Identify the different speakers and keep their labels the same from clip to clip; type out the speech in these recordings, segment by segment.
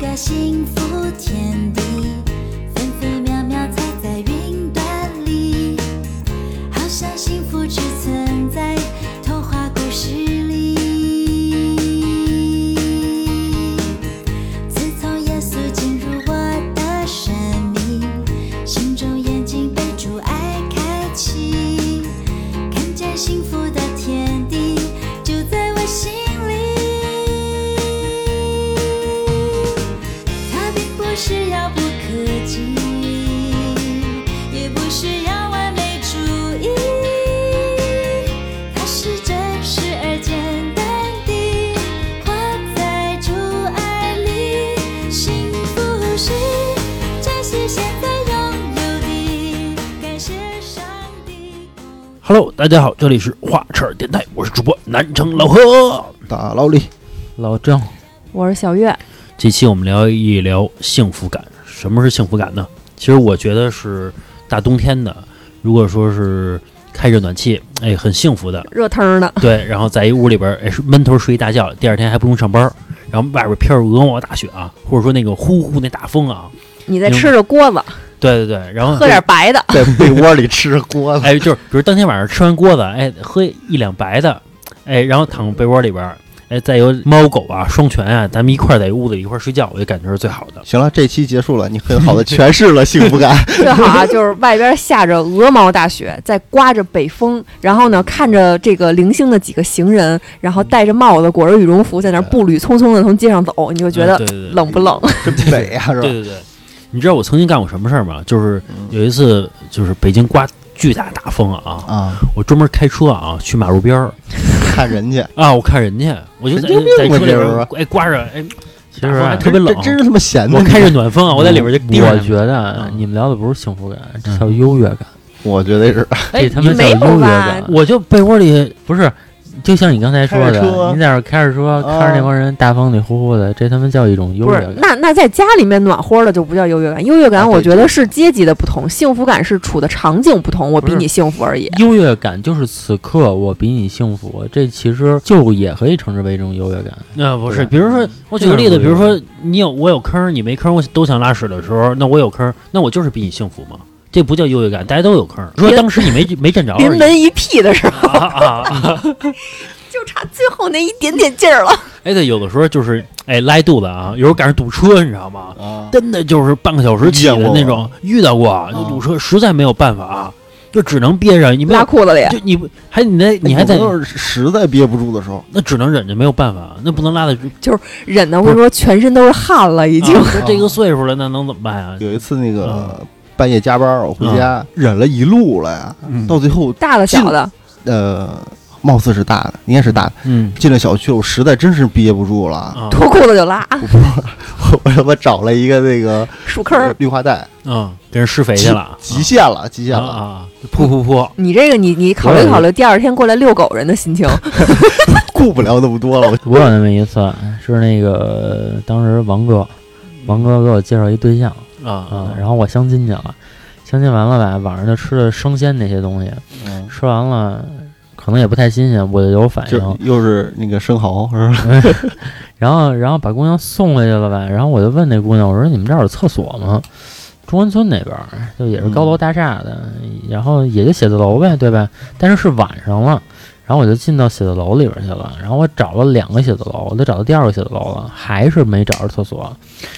Speaker 1: 的幸福天地，分分秒秒踩在云端里，好像幸福只存在童话故事里。自从耶稣进入我的生命，心中眼睛被主爱开启，看见幸福的天地就在我心里。它并不是遥不可及，也不是要完美主义，它是真实而简单的，活在主爱里，幸福是珍惜现在拥有的，感谢上帝。
Speaker 2: Hello，大家好，这里是画翅电台，我是主播南城老何。
Speaker 3: 打老李，
Speaker 4: 老郑，
Speaker 5: 我是小月，
Speaker 2: 这期我们聊一聊幸福感。什么是幸福感呢？其实我觉得是大冬天的，如果说是开着暖气，哎，很幸福的。
Speaker 5: 热腾的，
Speaker 2: 对，然后在一屋里边儿，哎，是闷头睡一大觉，第二天还不用上班儿，然后外边飘着鹅毛大雪啊，或者说那个呼呼那大风啊，
Speaker 5: 你在吃着锅子，
Speaker 4: 嗯
Speaker 2: 对对对，然后
Speaker 5: 喝点白 的，
Speaker 3: 在被窝里吃着 锅子，
Speaker 2: 哎，就是比如当天晚上吃完锅子，哎，喝一两白的，哎，然后躺被窝里边儿，哎，再有猫狗啊、双全啊，咱们一块儿在屋子里一块儿睡觉，我就感觉是最好的。
Speaker 3: 行了，这期结束了，你很好的诠释了幸 福感。
Speaker 5: 最好啊，就是外边下着鹅毛大雪，再刮着北风，然后呢，看着这个零星的几个行人，然后戴着帽子，裹着羽绒服，在那儿
Speaker 4: 嗯
Speaker 5: 步履匆匆的从街上走，你就觉
Speaker 2: 嗯
Speaker 4: 哎
Speaker 5: 得
Speaker 2: 对对对
Speaker 5: 冷不冷？
Speaker 3: 真美呀，是啊嗯
Speaker 2: 对
Speaker 3: 吧？
Speaker 2: 对对，你知道我曾经干过什么事儿吗？就是有一次，就是北京刮巨大大风啊，
Speaker 3: 啊，
Speaker 2: 我专门开车啊去马路边儿
Speaker 3: 看人家，
Speaker 2: 啊，我看人家，我就在
Speaker 3: 嗯神经病
Speaker 2: 在车
Speaker 3: 吧
Speaker 2: 里
Speaker 3: 这
Speaker 2: 边
Speaker 3: 是
Speaker 2: 儿
Speaker 3: 吧
Speaker 2: 哎刮着哎，
Speaker 4: 其
Speaker 2: 大
Speaker 4: 实
Speaker 2: 风还
Speaker 4: 啊
Speaker 2: 特别冷
Speaker 3: 这，真是他妈嗯闲的。
Speaker 2: 我开着暖风啊，我在里边就滴着
Speaker 4: 我
Speaker 2: 它
Speaker 4: 觉得啊
Speaker 2: 嗯
Speaker 4: 你们聊的不是幸福感，这
Speaker 2: 嗯
Speaker 4: 叫优越感。
Speaker 3: 我觉得是
Speaker 4: 这哎他妈
Speaker 5: 没
Speaker 4: 叫
Speaker 5: 有
Speaker 4: 优越
Speaker 5: 吧
Speaker 4: 感？
Speaker 2: 我就被窝里
Speaker 4: 不是，就像你刚才说
Speaker 3: 开着车
Speaker 4: 的，你在那儿开着车，
Speaker 3: 啊
Speaker 4: 看着那帮人大风里呼呼的，这他妈叫一种优
Speaker 5: 不
Speaker 4: 越
Speaker 5: 是
Speaker 4: 感，。
Speaker 5: 那那在家里面暖和的就不叫优越感，优越
Speaker 3: 啊
Speaker 5: 感
Speaker 3: 对
Speaker 5: 我觉得是阶级的不同，幸福感是处的场景不同，我
Speaker 4: 不
Speaker 5: 比
Speaker 4: 是
Speaker 5: 你幸福而已。
Speaker 4: 优越感就是此刻我比你幸福，这其实就也可以称之为一种优越感。
Speaker 2: 啊，不是，
Speaker 4: 对
Speaker 2: 比如
Speaker 5: 嗯
Speaker 2: 说我举
Speaker 4: 这
Speaker 2: 个
Speaker 4: 样
Speaker 2: 例子，
Speaker 4: 不
Speaker 2: 比如
Speaker 4: 优
Speaker 2: 说你有我有坑，你没坑，我都想拉屎的时候，那我有坑，那我就是比你幸福嘛，这不叫优越感，大家都有坑。如果
Speaker 5: 别
Speaker 2: 当时你没没占着而
Speaker 5: 临
Speaker 2: 已，
Speaker 5: 门一屁的时候，
Speaker 2: 啊啊啊！
Speaker 5: 就差最后那一点点劲儿了。
Speaker 2: 哎，对，有的时候就是哎拉一肚子啊，有时候赶上堵车，你知道吗？
Speaker 3: 啊，
Speaker 2: 真的就是半个小时起的
Speaker 3: 见过
Speaker 2: 那种，遇到过
Speaker 5: 嗯
Speaker 2: 就堵车，实在没有办法啊，就只能憋着，你没
Speaker 5: 拉
Speaker 2: 有。
Speaker 5: 裤子里，
Speaker 2: 就你不还你那你还在
Speaker 3: 有没有实在憋不住的时候，
Speaker 2: 那只能忍着没有办法，那不能拉的
Speaker 5: 忍的我跟你说全身都是汗了，已经。
Speaker 2: 啊都这个岁数了，那能怎么办啊？
Speaker 3: 有一次那个半夜加班，我回
Speaker 2: 嗯
Speaker 3: 家忍了一路了呀，
Speaker 2: 嗯
Speaker 3: 到最后
Speaker 5: 大的小的，
Speaker 3: 呃，貌似是大的，应该是大的，
Speaker 2: 嗯
Speaker 3: 进了小区了，我实在真是憋不住了。
Speaker 2: 啊
Speaker 5: 脱裤子就拉，
Speaker 3: 我不是， 我我他妈找了一个那个
Speaker 5: 树坑儿。
Speaker 3: 绿化带，
Speaker 2: 啊，给人施肥去了，
Speaker 3: 极限了，极限
Speaker 2: 啊
Speaker 3: 了，
Speaker 2: 啊，噗噗噗，
Speaker 5: 你这个你你考
Speaker 4: 我
Speaker 5: 虑
Speaker 4: 有
Speaker 5: 考虑，第二天过来遛狗人的心情，
Speaker 3: 顾不了那么多了，我
Speaker 4: 我有那么一次，啊是那个当时王哥，王哥给我介绍一对象
Speaker 2: 啊
Speaker 4: 啊，然后我相亲去了，相亲完了吧，晚上就吃了生鲜那些东西，
Speaker 3: 嗯
Speaker 4: 吃完了可能也不太新鲜，我就有反
Speaker 3: 就
Speaker 4: 应，
Speaker 3: 又是那个生蚝，是吧？
Speaker 4: 然后然后把姑娘送回去了吧，然后我就问那姑娘，我说你们这儿有厕所吗？中关村那边儿就也是高楼大厦的，然后也就写字楼呗，对吧？但是是晚上了，然后我就进到写字楼里边去了，然后我找了两个写字楼，我都找到第二个写字楼了，还是没找着厕所。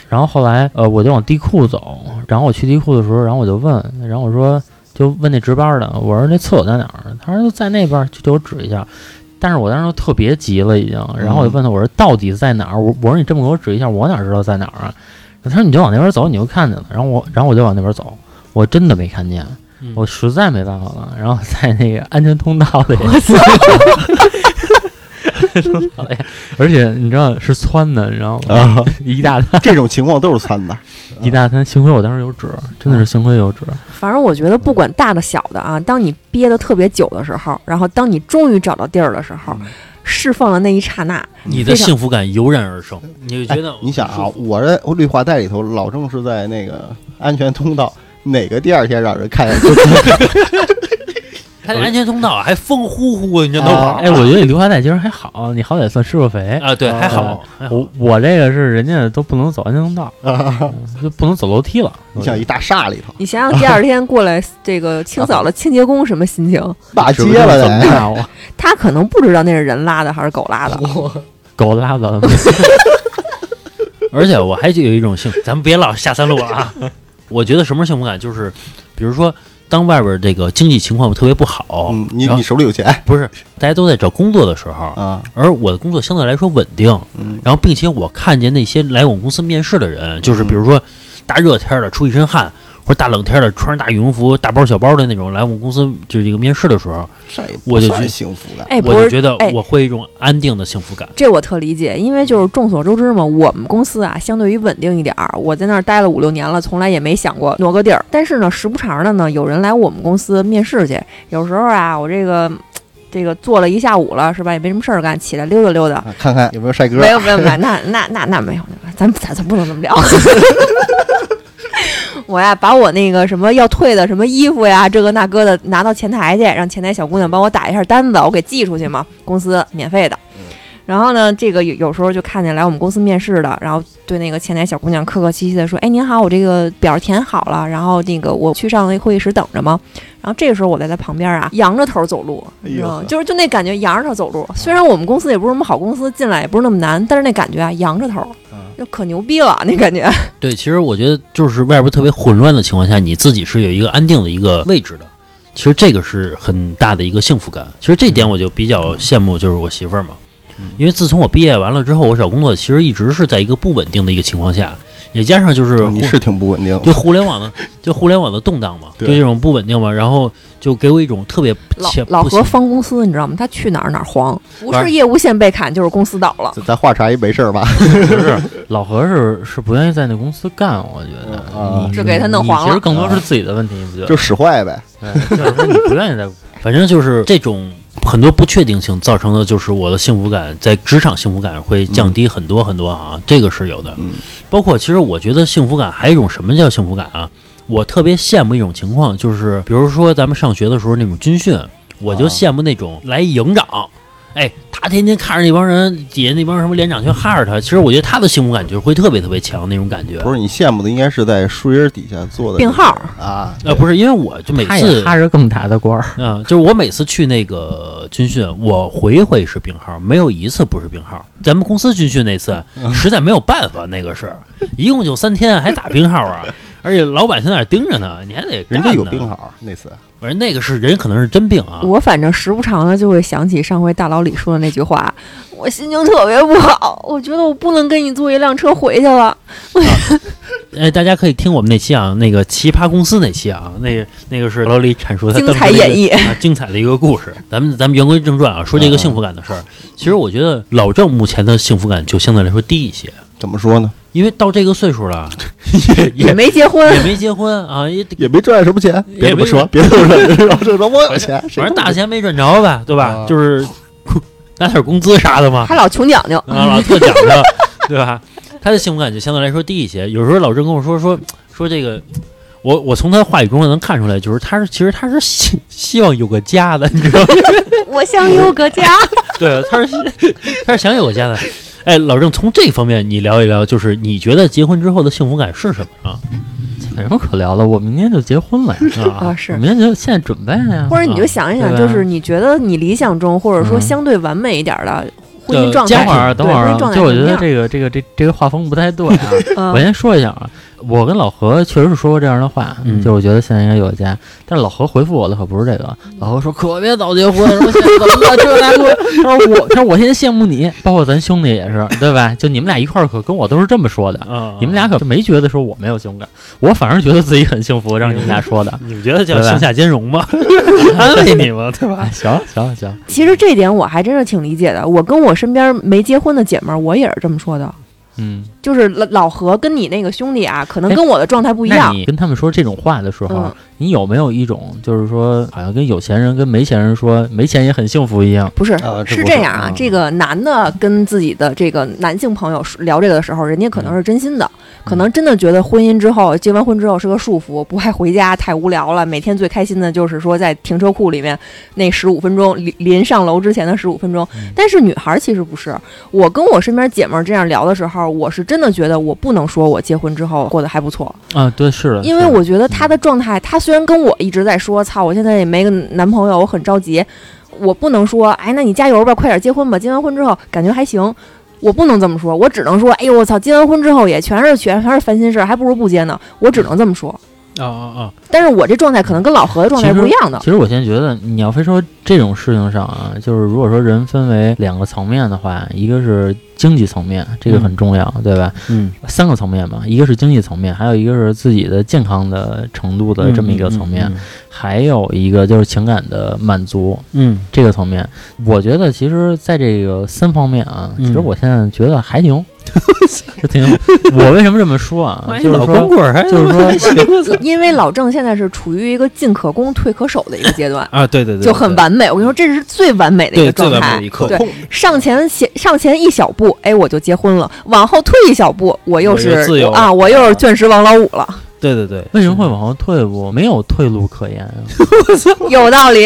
Speaker 4: 然后后来呃，我就往地库走，然后我去地库的时候，然后我就问，然后我说就问那值班的，我说那厕所在哪儿？他说就在那边，就给我指一下。但是我当时特别急了，已经，然后我就问他，我说到底在哪儿？我我说你这么给我指一下，我哪知道在哪儿啊？他说你就往那边走，你就看见了。然后我，然后我就往那边走，我真的没看见，
Speaker 2: 嗯
Speaker 4: 我实在没办法了。然后在那个安全通道里， 而且你知道是窜的，你知道吗？
Speaker 3: 啊，
Speaker 4: 一大滩
Speaker 3: 这种情况都是掺的，
Speaker 4: 一大滩，幸亏我当时有纸，真的是幸亏有纸。
Speaker 5: 反正我觉得不管大的小的啊，当你憋得特别久的时候，然后当你终于找到地儿的时候，释放的那一刹那，
Speaker 2: 你的
Speaker 5: 非常
Speaker 2: 幸福感油然而生，你就觉得
Speaker 3: 哎你想啊
Speaker 2: 舒，服
Speaker 3: 我这绿化带里头，老郑是在 那个安全通道，哪个第二天让人看见就
Speaker 2: 它这安全通道还风呼呼的，你就能跑
Speaker 3: 啊
Speaker 4: 哎，我觉得你硫化钙其实还好，你好歹算吃过肥。
Speaker 2: 啊？对，
Speaker 3: 啊
Speaker 2: 还好，还好
Speaker 4: 我我这个是人家都不能走安全通道，嗯就不能走楼梯了。
Speaker 3: 你想一大厦里头，
Speaker 5: 你想想第二天过来这个清扫了清洁工什么心情？
Speaker 3: 骂
Speaker 4: 指
Speaker 3: 街
Speaker 4: 不定
Speaker 3: 了
Speaker 4: 怎么
Speaker 3: 得。
Speaker 4: 骂我？
Speaker 5: 他可能不知道那是人拉的还是狗拉的。啊
Speaker 4: 狗拉的，
Speaker 2: 而且我还有一种 幸，咱们别老下三路了啊！我觉得什么是幸福感，就是比如说，当外边这个经济情况特别不好，
Speaker 3: 嗯，你
Speaker 2: 然后
Speaker 3: 你手里有钱
Speaker 2: 不是大家都在找工作的时候，
Speaker 3: 啊？
Speaker 2: 而我的工作相对来说稳定，
Speaker 3: 嗯
Speaker 2: 然后并且我看见那些来我们公司面试的人，就是
Speaker 3: 嗯
Speaker 2: 比如说大热天的出一身汗，或者大冷天的穿着大羽绒服、大包小包的那种来我们公司就是这个面试的时候，
Speaker 3: 这也
Speaker 2: 我
Speaker 3: 不
Speaker 2: 就觉
Speaker 3: 算幸福感。
Speaker 5: 哎，
Speaker 2: 我
Speaker 5: 不，
Speaker 2: 就是觉得
Speaker 5: 哎
Speaker 2: 我会一种安定的幸福感。
Speaker 5: 这我特理解，因为就是众所周知嘛，我们公司啊相对于稳定一点儿，我在那儿待了五六年了，从来也没想过挪个地儿。但是呢，时不常的呢，有人来我们公司面试去，有时候啊，我这个这个坐了一下午了，是吧？也没什么事儿干，起来溜达溜达。
Speaker 3: 啊看看有没有帅哥
Speaker 5: 没？有没有没有，那那那那没有，那咱咱咱不能这 么聊。我呀，把我那个什么要退的什么衣服呀，这个那个的拿到前台去，让前台小姑娘帮我打一下单子，我给寄出去嘛，公司免费的。然后呢，这个有有时候就看见来我们公司面试的，然后对那个前台小姑娘客客气气的说：“哎，您好，我这个表填好了，然后那个我去上那会议室等着吗？”然后这个时候我在她旁边啊，仰着头走路，
Speaker 3: 哎呦
Speaker 5: 你知道吗？就是就那感觉仰着头走路。虽然我们公司也不是什么好公司，进来也不是那么难，但是那感觉啊，仰着头
Speaker 3: 嗯，
Speaker 5: 就可牛逼了，那感觉。
Speaker 2: 对，其实我觉得就是外边特别混乱的情况下，你自己是有一个安定的一个位置的。其实这个是很大的一个幸福感。其实这
Speaker 3: 嗯
Speaker 2: 点我就比较羡慕，就是我媳妇儿嘛，因为自从我毕业完了之后，我找工作其实一直是在一个不稳定的一个情况下，也加上就是
Speaker 3: 你
Speaker 2: 互
Speaker 3: 是挺不稳定
Speaker 2: 就互联网 的就互联网的动荡嘛，就
Speaker 3: 对
Speaker 2: 这种不稳定嘛，然后就给我一种特别
Speaker 5: 老
Speaker 2: 切
Speaker 5: 老
Speaker 2: 不
Speaker 5: 何
Speaker 2: 行
Speaker 5: 方公司，你知道吗？他去哪儿哪儿黄，不
Speaker 2: 玩儿
Speaker 5: 是业务线被砍，就是公司倒了。
Speaker 3: 咱咱话茬一没事儿吧？
Speaker 4: 不是老何是是不愿意在那公司干，我觉
Speaker 3: 嗯啊
Speaker 4: 得
Speaker 5: 就给他弄
Speaker 4: 你
Speaker 5: 黄
Speaker 4: 其实
Speaker 5: 了
Speaker 4: 更多是自己的问题，你不觉得？
Speaker 3: 就使坏呗。
Speaker 4: 对就是说你不愿意在
Speaker 2: 反正就是这种很多不确定性造成的，就是我的幸福感在职场幸福感会降低很多很多啊，这个是有的。
Speaker 3: 嗯
Speaker 2: 包括其实我觉得幸福感还有一种什么叫幸福感啊？我特别羡慕一种情况，就是比如说咱们上学的时候那种军训，我就
Speaker 3: 啊
Speaker 2: 羡慕那种来一营长。哎，他天天看着那帮人，底下那帮什么连长全哈着他。其实我觉得他的幸福感就是会特别特别强那种感觉。
Speaker 3: 不是你羡慕的，应该是在树荫底下做的
Speaker 5: 病号
Speaker 3: 啊。
Speaker 2: 呃，不是，因为我就每
Speaker 4: 他
Speaker 2: 次
Speaker 4: 也哈着更大的官儿，
Speaker 2: 嗯，就是我每次去那个军训，我回回是病号，没有一次不是病号。咱们公司军训那次，实在没有办法，那个是一共就三天，还打病号 啊！而且老板现在那儿盯着呢，你还得
Speaker 3: 人家有病
Speaker 2: 号，
Speaker 3: 号那次，
Speaker 2: 反正那个是人可能是真病啊。
Speaker 5: 我反正时不常的就会想起上回大老李说的那句话，我心情特别不 好，我觉得我不能跟你坐一辆车回去了。
Speaker 2: 哎，大家可以听我们那期啊，那个奇葩公司那期啊，那个那个是老李阐述他
Speaker 5: 精彩
Speaker 2: 当时
Speaker 5: 演绎
Speaker 2: 的一个啊，精彩的一个故事。咱们咱们言归正传啊，说这个幸福感的事儿。其实我觉得老郑目前的幸福感就相对来说低一些，
Speaker 3: 怎么说呢？
Speaker 2: 因为到这个岁数了，也也
Speaker 5: 也没结婚
Speaker 2: 也，没结婚啊，也
Speaker 3: 也没赚什么钱，
Speaker 2: 也
Speaker 3: 别这
Speaker 2: 没
Speaker 3: 么说，别这么说，老郑说我有钱，谁
Speaker 2: 反正大钱没赚着呗，对吧？
Speaker 3: 啊
Speaker 2: 就是拿点工资啥的嘛，
Speaker 5: 还老穷讲究。嗯
Speaker 2: 啊，老特讲究， 对吧？他的幸福感就相对来说低一些。有时候老郑跟我说说说这个，我我从他话语中能看出来，就是他是其实他是希 希望有个家的，你知道吗？
Speaker 5: 我想有个
Speaker 4: 啊
Speaker 5: 家，
Speaker 2: 对，他是他是想有个家的。哎，老郑，从这方面你聊一聊，就是你觉得结婚之后的幸福感是什么啊？
Speaker 4: 有什么哎可聊的？我明天就结婚了呀，
Speaker 5: 啊
Speaker 2: 啊，
Speaker 5: 是
Speaker 4: 我明天就现在准备了呀啊
Speaker 5: 或。者你就想一
Speaker 4: 对
Speaker 5: 想，
Speaker 4: 吧
Speaker 5: 就是你觉得你理想中或者说
Speaker 4: 嗯
Speaker 5: 相对完美一点的婚姻
Speaker 2: 呃
Speaker 5: 状
Speaker 2: 家
Speaker 5: 态，
Speaker 4: 等会
Speaker 5: 对
Speaker 4: 儿，等会
Speaker 5: 婚
Speaker 4: 儿
Speaker 5: 姻状
Speaker 4: 啊，
Speaker 5: 态
Speaker 4: 就我
Speaker 5: 什
Speaker 4: 觉
Speaker 5: 么
Speaker 4: 得
Speaker 5: 样
Speaker 4: 这个这个这这个画风不太对啊。
Speaker 5: 嗯
Speaker 4: 我先说一下啊，我跟老何确实是说过这样的话，
Speaker 2: 嗯
Speaker 4: 就是我觉得现在应该有个家。但是老何回复我的可不是这个，老何说可别早结婚，说现在怎么了，这那个。他说我，他说我现在羡慕你，包括咱兄弟也是，对吧？就你们俩一块儿可跟我都是这么说的，
Speaker 2: 啊，。
Speaker 4: 你们俩可没觉得说我没有幸福感，我反而觉得自己很幸福，让你们俩说的
Speaker 2: 你们觉得叫
Speaker 4: 对吧
Speaker 2: 向下兼容 吗？安慰你吗？对吧？
Speaker 4: 啊，行行行，
Speaker 5: 其实这点我还真是挺理解的。我跟我身边没结婚的姐们儿，我也是这么说的。
Speaker 4: 嗯，
Speaker 5: 就是老老何跟你那个兄弟啊，可能
Speaker 4: 哎
Speaker 5: 跟我的状态不一
Speaker 4: 那
Speaker 5: 样。
Speaker 4: 你跟他们说这种话的时候，
Speaker 5: 嗯
Speaker 4: 你有没有一种就是说，好像跟有钱人跟没钱人说没钱也很幸福一样？
Speaker 5: 不是，
Speaker 3: 啊这
Speaker 5: 是
Speaker 3: 不
Speaker 5: 这
Speaker 3: 是
Speaker 5: 样啊
Speaker 3: 啊。
Speaker 5: 这个男的跟自己的这个男性朋友说聊这个的时候，人家可能是真心的，可能真的觉得婚姻之后，结完婚之后是个束缚，不爱回家，太无聊了。每天最开心的就是说在停车库里面那十五分钟，临临上楼之前的十五分钟
Speaker 4: 嗯。
Speaker 5: 但是女孩其实不是，我跟我身边姐们儿这样聊的时候，我是真的觉得我不能说我结婚之后过得还不错，
Speaker 4: 啊，对，
Speaker 2: 嗯
Speaker 4: 是的，
Speaker 5: 因为
Speaker 4: 是的
Speaker 5: 我觉得她的状态，她虽然跟我一直在说“操，我现在也没个男朋友，我很着急”，我不能说“哎，那你加油吧，快点结婚吧”，结完婚之后感觉还行，我不能这么说，我只能说“哎呦，我操，结完婚之后也全是全全是烦心事儿，还不如不结呢”，我只能这么说。
Speaker 2: 啊
Speaker 4: 哦
Speaker 2: 啊啊！
Speaker 5: 但是我这状态可能跟老何的状态
Speaker 4: 其实
Speaker 5: 不一样的
Speaker 4: 其，实我现在觉得，你要非说这种事情上啊，就是如果说人分为两个层面的话，一个是经济层面，这个很重要，对吧？
Speaker 2: 嗯，
Speaker 4: 三个层面嘛，一个是经济层面，还有一个是自己的健康的程度的这么一个层面，
Speaker 2: 嗯，
Speaker 4: 还有一个就是情感的满足
Speaker 2: 嗯，
Speaker 4: 这个层面。我觉得其实在这个三方面啊，
Speaker 2: 嗯
Speaker 4: 其实我现在觉得 还行，是挺。我为什么这么说啊？就是
Speaker 2: 哎老光
Speaker 4: 说，
Speaker 2: 棍还。
Speaker 4: 就是说，
Speaker 5: 因为老郑现在是处于一个进可攻退可守的一个阶段
Speaker 2: 啊，对对对，
Speaker 5: 就很
Speaker 2: 对
Speaker 5: 完美，我跟你说，这是最完美的一
Speaker 2: 对
Speaker 5: 个
Speaker 2: 最
Speaker 5: 状
Speaker 2: 完美
Speaker 5: 态
Speaker 2: 的一。刻
Speaker 3: 可，控，
Speaker 5: 上前写上前一小步，哎，我就结婚了；往后退一小步，我又
Speaker 2: 我
Speaker 5: 是
Speaker 2: 又自由了
Speaker 5: 啊，我又是钻石王老五 了，
Speaker 2: 对对对，
Speaker 4: 为什么会往后退步？没有退路可言啊！
Speaker 5: 有道 理。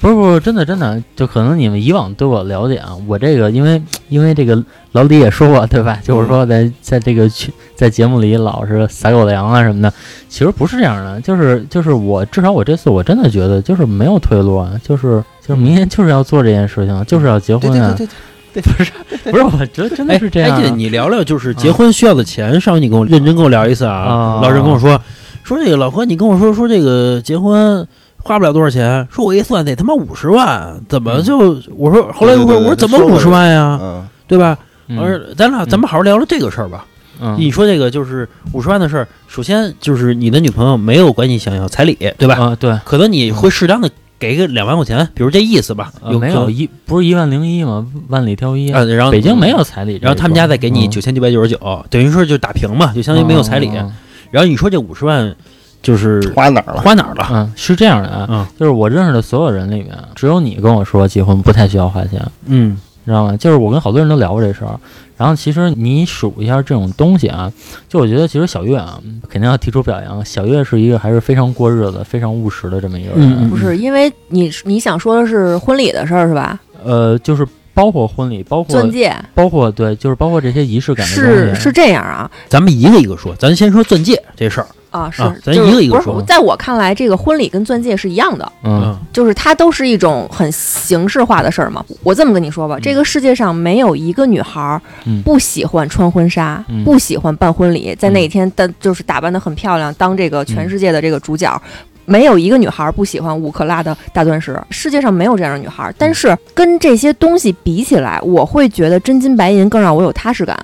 Speaker 4: 不是不是，真的真的，就可能你们以往对我了解啊，我这个因为因为这个老李也说过对
Speaker 2: 嗯
Speaker 4: 吧？就是说在在这个去在节目里老是撒狗粮啊什么的，其实不是这样的，就是就是我至少我这次我真的觉得就是没有退路啊，就是就是明天就是要做这件事
Speaker 2: 嗯
Speaker 4: 情，就是要结
Speaker 3: 对
Speaker 4: 婚
Speaker 3: 对
Speaker 4: 啊，
Speaker 3: 对对，
Speaker 4: 不是我觉得真的是这样啊、
Speaker 2: 哎，哎姐，你聊聊就是结婚需要的钱，上回你跟我认真跟我聊一次啊
Speaker 4: 啊，
Speaker 2: 老郑跟我说说这个老何，你跟我说说这个结婚。花不了多少钱，说我一算得他妈五十万，怎么就、我说后来
Speaker 3: 对对
Speaker 2: 我说
Speaker 3: 对
Speaker 2: 我说
Speaker 3: 对
Speaker 2: 怎么
Speaker 3: 说过
Speaker 2: 五十万呀，
Speaker 3: 嗯，
Speaker 2: 对吧？
Speaker 4: 嗯
Speaker 2: 我说咱俩咱们好好聊聊这个事儿吧。
Speaker 4: 嗯
Speaker 2: 你说这个就是五十万的事儿，首先就是你的女朋友没有管你想要彩礼，对吧？
Speaker 4: 啊对。
Speaker 2: 可能你会适当的给个两万块钱，比如这意思吧，
Speaker 4: 呃
Speaker 2: 有
Speaker 4: 没有一不是一万零一吗？万里挑一
Speaker 2: 啊？然后
Speaker 4: 北京没有彩礼这一说，
Speaker 2: 然后他们家再给你
Speaker 4: 嗯
Speaker 2: 九千九百九十九，等于说就打平嘛，就相当于没有彩礼。
Speaker 4: 嗯嗯嗯嗯
Speaker 2: 然后你说这五十万就是
Speaker 3: 花哪儿了？
Speaker 2: 花哪儿了？
Speaker 4: 嗯，是这样的啊，
Speaker 2: 嗯
Speaker 4: 就是我认识的所有人里面，只有你跟我说结婚不太需要花钱，
Speaker 2: 嗯
Speaker 4: 你知道吗？就是我跟好多人都聊过这事儿。然后其实你数一下这种东西啊，就我觉得其实小月啊，肯定要提出表扬。小月是一个还是非常过日子、非常务实的这么一个人，
Speaker 2: 嗯嗯
Speaker 5: 不是因为你你想说的是婚礼的事儿是吧？
Speaker 4: 呃，就是包括婚礼，包括
Speaker 5: 钻戒
Speaker 4: 包括对，就是包括这些仪式感的
Speaker 5: 是
Speaker 4: 东西嗯
Speaker 5: 是这样啊
Speaker 2: 咱们一个一个说，咱先说钻戒这事儿。
Speaker 5: 啊是，
Speaker 2: 啊咱
Speaker 5: 就是
Speaker 2: 一个一个
Speaker 5: 不是
Speaker 2: 说吧
Speaker 5: 在我看来，这个婚礼跟钻戒是一样的，
Speaker 4: 嗯，
Speaker 5: 就是它都是一种很形式化的事儿嘛。我这么跟你说吧，这个世界上没有一个女孩儿
Speaker 4: 嗯
Speaker 5: 不喜欢穿婚纱，
Speaker 4: 嗯
Speaker 5: 不喜欢办婚礼，在那一天但就是打扮得很漂亮，当这个全世界的这个主角。
Speaker 4: 嗯
Speaker 5: 没有一个女孩儿不喜欢五克拉的大钻石，世界上没有这样的女孩
Speaker 4: 嗯
Speaker 5: 儿。但是跟这些东西比起来，我会觉得真金白银更让我有踏实感，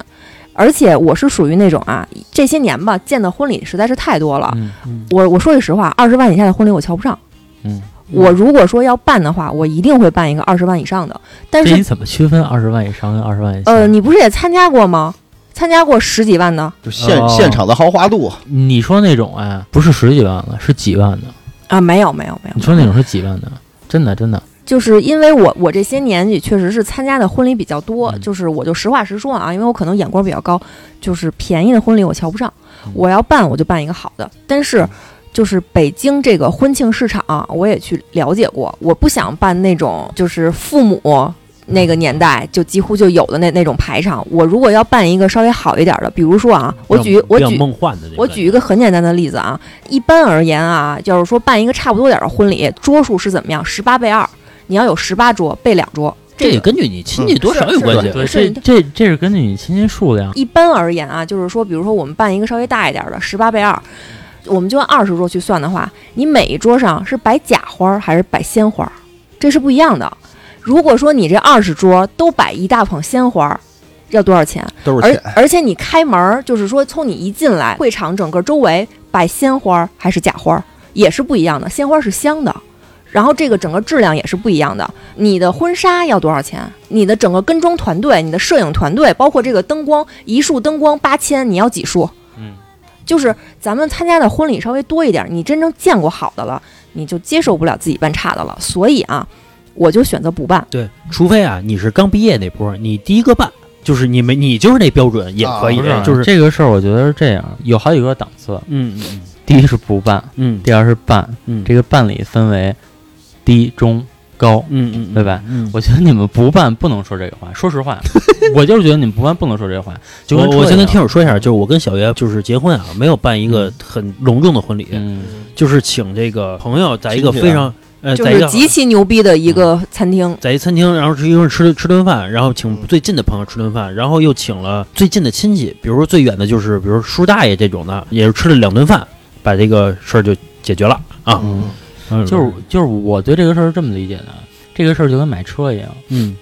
Speaker 5: 而且我是属于那种啊，这些年吧见的婚礼实在是太多了。
Speaker 4: 嗯
Speaker 5: 我我说句实话，二十万以下的婚礼我瞧不上。
Speaker 4: 嗯，
Speaker 5: 我如果说要办的话，我一定会办一个二十万以上的。但
Speaker 4: 这你
Speaker 5: 是，
Speaker 4: 怎么区分二十万以上跟二十万以下？
Speaker 5: 呃，你不是也参加过吗？参加过十几万的
Speaker 3: 就现
Speaker 4: 哦
Speaker 3: 现场的豪华度，
Speaker 4: 你说那种啊，不是十几万了，是几万的。
Speaker 5: 啊？没有，没有，没有
Speaker 4: 你。说那种是几万的？真的真的，
Speaker 5: 就是因为我我这些年也确实是参加的婚礼比较多，
Speaker 4: 嗯
Speaker 5: 就是我就实话实说啊，因为我可能眼光比较高，就是便宜的婚礼我瞧不上
Speaker 4: 嗯，
Speaker 5: 我要办我就办一个好的。但是就是北京这个婚庆市场啊、我也去了解过，我不想办那种就是父母。那个年代就几乎就有的那那种排场，我如果要办一个稍微好一点的，比如说啊，我举我
Speaker 2: 比较
Speaker 5: 举
Speaker 2: 梦幻的那种
Speaker 5: 我举一个很简单的例子啊，一般而言啊，就是说办一个差不多点儿的婚礼，桌数是怎么样？十八备二，你要有十八桌备两桌。
Speaker 2: 这也
Speaker 5: 个
Speaker 2: 根据你亲戚多少有关系。
Speaker 4: 对，
Speaker 5: 是
Speaker 4: 这这这是根据你亲戚数量，
Speaker 5: 一般而言啊，就是说，比如说我们办一个稍微大一点儿的，十八备二，我们就按二十桌去算的话，你每一桌上是摆假花儿还是摆鲜花儿，这是不一样的。如果说你这二十桌都摆一大捧鲜花儿，要多少钱？
Speaker 3: 都是
Speaker 5: 而
Speaker 3: 钱。
Speaker 5: 而且你开门儿，就是说从你一进来，会场整个周围摆鲜花儿还是假花儿也是不一样的，鲜花儿是香的。然后这个整个质量也是不一样的。你的婚纱要多少钱？你的整个跟妆团队、你的摄影团队，包括这个灯光一束灯光八千，你要几束？
Speaker 4: 嗯，
Speaker 5: 就是咱们参加的婚礼稍微多一点，你真正见过好的了，你就接受不了自己办差的了。所以啊，我就选择不办。
Speaker 2: 对，除非啊你是刚毕业那波儿，你第一个办，就是你没你就是那标准也可以，
Speaker 4: 不啊是，
Speaker 2: 就是
Speaker 4: 这个事儿，我觉得是这样，有好几个档次。
Speaker 2: 嗯嗯
Speaker 4: 第一是不办，
Speaker 2: 嗯
Speaker 4: 第二是办，
Speaker 2: 嗯
Speaker 4: 这个办理分为低、中、高。
Speaker 2: 嗯嗯，
Speaker 4: 对吧？
Speaker 2: 嗯，
Speaker 4: 我觉得你们不办不能说这个话，说实 话，我就是觉得你们不办不能说这个话。就
Speaker 2: 我
Speaker 4: 跟
Speaker 2: 我先
Speaker 4: 车一
Speaker 2: 跟
Speaker 4: 样
Speaker 2: 听友说一下，就是我跟小月就是结婚啊，没有办一个很隆重的婚礼，
Speaker 4: 嗯，
Speaker 2: 就是请这个朋友在一个
Speaker 3: 亲戚啊
Speaker 2: 非常呃，
Speaker 5: 就
Speaker 2: 在一
Speaker 5: 是
Speaker 2: 个
Speaker 5: 极其牛逼的一
Speaker 4: 嗯
Speaker 5: 个餐厅，
Speaker 2: 在一餐厅，然后吃一块儿吃吃顿饭，然后请最近的朋友吃顿饭，然后又请了最近的亲戚，比如说最远的就是比如说叔大爷这种的，也是吃了两顿饭，把这个事儿就解决了啊。
Speaker 4: 嗯
Speaker 2: 嗯
Speaker 4: 就是就是我对这个事儿是这么理解的，这个事儿就跟买车一样。
Speaker 2: 嗯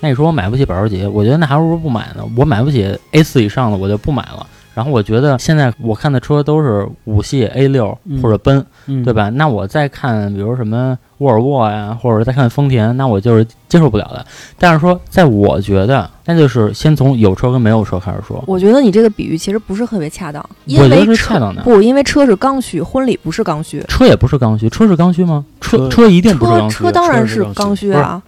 Speaker 4: 那你说我买不起保时捷，我觉得那还不如不买呢。我买不起 A 四以上的，我就不买了。然后我觉得现在我看的车都是五系、A 六
Speaker 2: 嗯
Speaker 4: 或者奔，
Speaker 2: 嗯，
Speaker 4: 对？吧？那我再看，比如什么沃尔沃呀、或者再看丰田，那我就是接受不了的。但是说，在我觉得，那就是先从有车跟没有车开始说。
Speaker 5: 我觉得你这个比喻其实不是特别恰当，因
Speaker 4: 我觉
Speaker 5: 为
Speaker 4: 得是
Speaker 5: 车
Speaker 4: 恰当的
Speaker 5: 不，因为车是刚需，婚礼不是刚需。
Speaker 4: 车也不是刚需，车是刚需吗？车
Speaker 2: 车
Speaker 4: 车一定不是
Speaker 5: 车
Speaker 4: 刚需。
Speaker 5: 车当然
Speaker 2: 是刚需
Speaker 5: 刚需啊，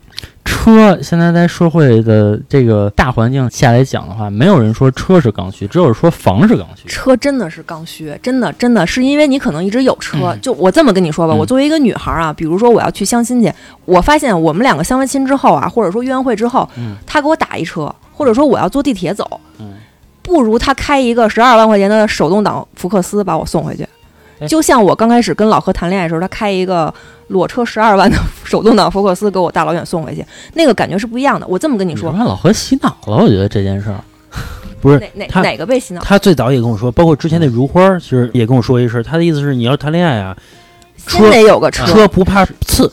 Speaker 4: 车现在在社会的这个大环境下来讲的话，没有人说车是刚需，只有说房是刚需。
Speaker 5: 车真的是刚需，真的真的是因为你可能一直有车。
Speaker 4: 嗯
Speaker 5: 就我这么跟你说吧，
Speaker 4: 嗯
Speaker 5: 我作为一个女孩啊，比如说我要去相亲去，我发现我们两个相完亲之后啊，或者说约完会之后，
Speaker 4: 嗯
Speaker 5: 他给我打一车，或者说我要坐地铁走，
Speaker 4: 嗯
Speaker 5: 不如他开一个十二万块钱的手动挡福克斯把我送回去
Speaker 4: 哎。
Speaker 5: 就像我刚开始跟老何谈恋爱的时候，他开一个裸车十二万的 手动挡福克斯给我大老远送回去，那个感觉是不一样的。我这么跟你
Speaker 4: 你说
Speaker 5: 说，
Speaker 4: 吧，老何洗脑了，我觉得这件事儿。
Speaker 2: 不是
Speaker 5: 哪哪
Speaker 2: 他
Speaker 5: 哪个被洗脑？
Speaker 2: 他最早也跟我说，包括之前那如花儿，其实也跟我说一事，他的意思是你要谈恋爱啊，
Speaker 5: 先得有个车，
Speaker 2: 车不怕刺，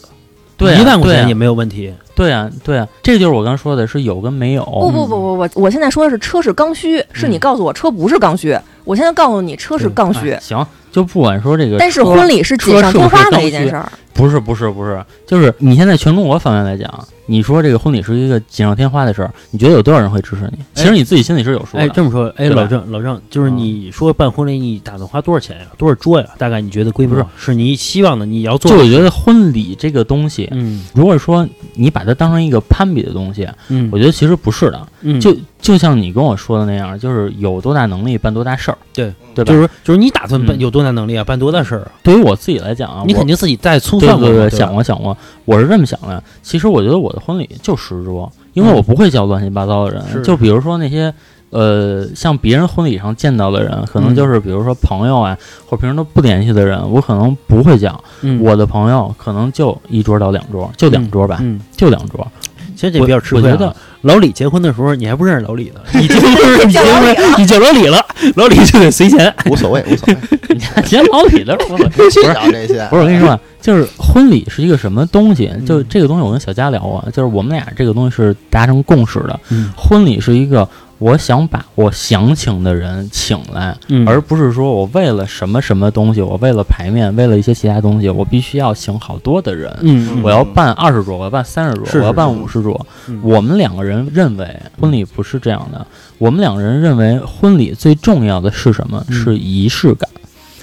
Speaker 4: 对啊
Speaker 2: 一万块
Speaker 4: 对啊
Speaker 2: 钱也没有问题。
Speaker 4: 对啊，对啊，这就是我刚说的，是有跟没有。
Speaker 5: 不不不不不，我现在说的是车是刚需，是你告诉我车不是刚需，我现在告诉你车是刚需
Speaker 4: 嗯哎，行，就不管说这个车，
Speaker 5: 但是婚礼是锦上添
Speaker 4: 车是不是
Speaker 5: 花的
Speaker 4: 刚
Speaker 5: 一件
Speaker 4: 需
Speaker 5: 事儿。
Speaker 4: 不是不是不是，就是你现在全中国范围来讲，你说这个婚礼是一个锦上添花的事儿，你觉得有多少人会支持你？其实你自己心里是有数的。
Speaker 2: 哎，这么说，哎，
Speaker 4: 对吧
Speaker 2: 老郑，老郑，就是
Speaker 4: 嗯
Speaker 2: 你说办婚礼，你打算花多少钱呀、多少桌呀、大概你觉得规模
Speaker 4: 不是
Speaker 2: 是你希望的？你要做
Speaker 4: 就
Speaker 2: 的？
Speaker 4: 我觉得婚礼这个东西，
Speaker 2: 嗯
Speaker 4: 如果说你把它当成一个攀比的东西，
Speaker 2: 嗯，
Speaker 4: 我觉得其实不是的。
Speaker 2: 嗯
Speaker 4: 就就像你跟我说的那样，就是有多大能力办多大事儿。
Speaker 2: 对
Speaker 4: 对吧？
Speaker 2: 就是说就是你打算办
Speaker 4: 嗯
Speaker 2: 有多大能力啊？办多大事儿啊？
Speaker 4: 对于我自己来讲啊，
Speaker 2: 你
Speaker 4: 我
Speaker 2: 肯定自己带粗
Speaker 4: 对
Speaker 2: 算过
Speaker 4: 对
Speaker 2: 嘛，
Speaker 4: 对，
Speaker 2: 吧
Speaker 4: 想过想过，我是这么想的。其实我觉得我的婚礼就十桌，因为
Speaker 2: 嗯
Speaker 4: 我不会叫乱七八糟的人，
Speaker 2: 是
Speaker 4: 就比如说那些。呃，像别人婚礼上见到的人，可能
Speaker 2: 嗯
Speaker 4: 就是比如说朋友啊，或者平时都不联系的人，我可能不会叫。
Speaker 2: 嗯
Speaker 4: 我的朋友可能就一桌到两桌，就两桌吧，
Speaker 2: 嗯，
Speaker 4: 就两桌。
Speaker 2: 其实这
Speaker 4: 我
Speaker 2: 比较吃
Speaker 4: 我
Speaker 2: 亏、啊。
Speaker 4: 觉得
Speaker 2: 老李结婚的时候，你还不认识老李呢，你结婚你结婚你叫老李了，老李就得随 钱。
Speaker 3: 无所谓，无所谓，
Speaker 4: 你看人家老李的说了，
Speaker 3: 不讲这些
Speaker 4: 不。是我跟你说 啊，就是婚礼是一个什么东西？
Speaker 2: 嗯
Speaker 4: 就这个东西，我跟小佳聊过，就是我们俩这个东西是达成共识的。
Speaker 2: 嗯
Speaker 4: 婚礼是一个我想把我想请的人请来，
Speaker 2: 嗯
Speaker 4: 而不是说我为了什么什么东西，我为了排面，为了一些其他东西，我必须要请好多的人。
Speaker 2: 嗯
Speaker 4: 我要办二十桌，我要办三十桌，
Speaker 2: 是是
Speaker 4: 我要办五十桌。
Speaker 2: 嗯
Speaker 4: 我们两个人认为婚礼不是这样的。我们两个人认为婚礼最重要的是什么？
Speaker 2: 嗯
Speaker 4: 是仪式感。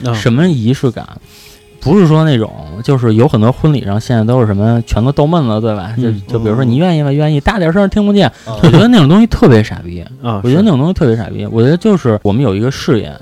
Speaker 2: 啊
Speaker 4: 什么仪式感？不是说那种，就是有很多婚礼上现在都是什么全都逗闷了，对吧？就
Speaker 2: 嗯
Speaker 4: 就比如说
Speaker 3: 嗯
Speaker 4: 你愿意吧，愿意，大点声听 不见。
Speaker 3: 啊
Speaker 4: 我觉得那种东西特别傻逼，
Speaker 2: 啊，
Speaker 4: 我觉得
Speaker 2: 是
Speaker 4: 那种东西特别傻逼。我觉得就是我们有一个誓言，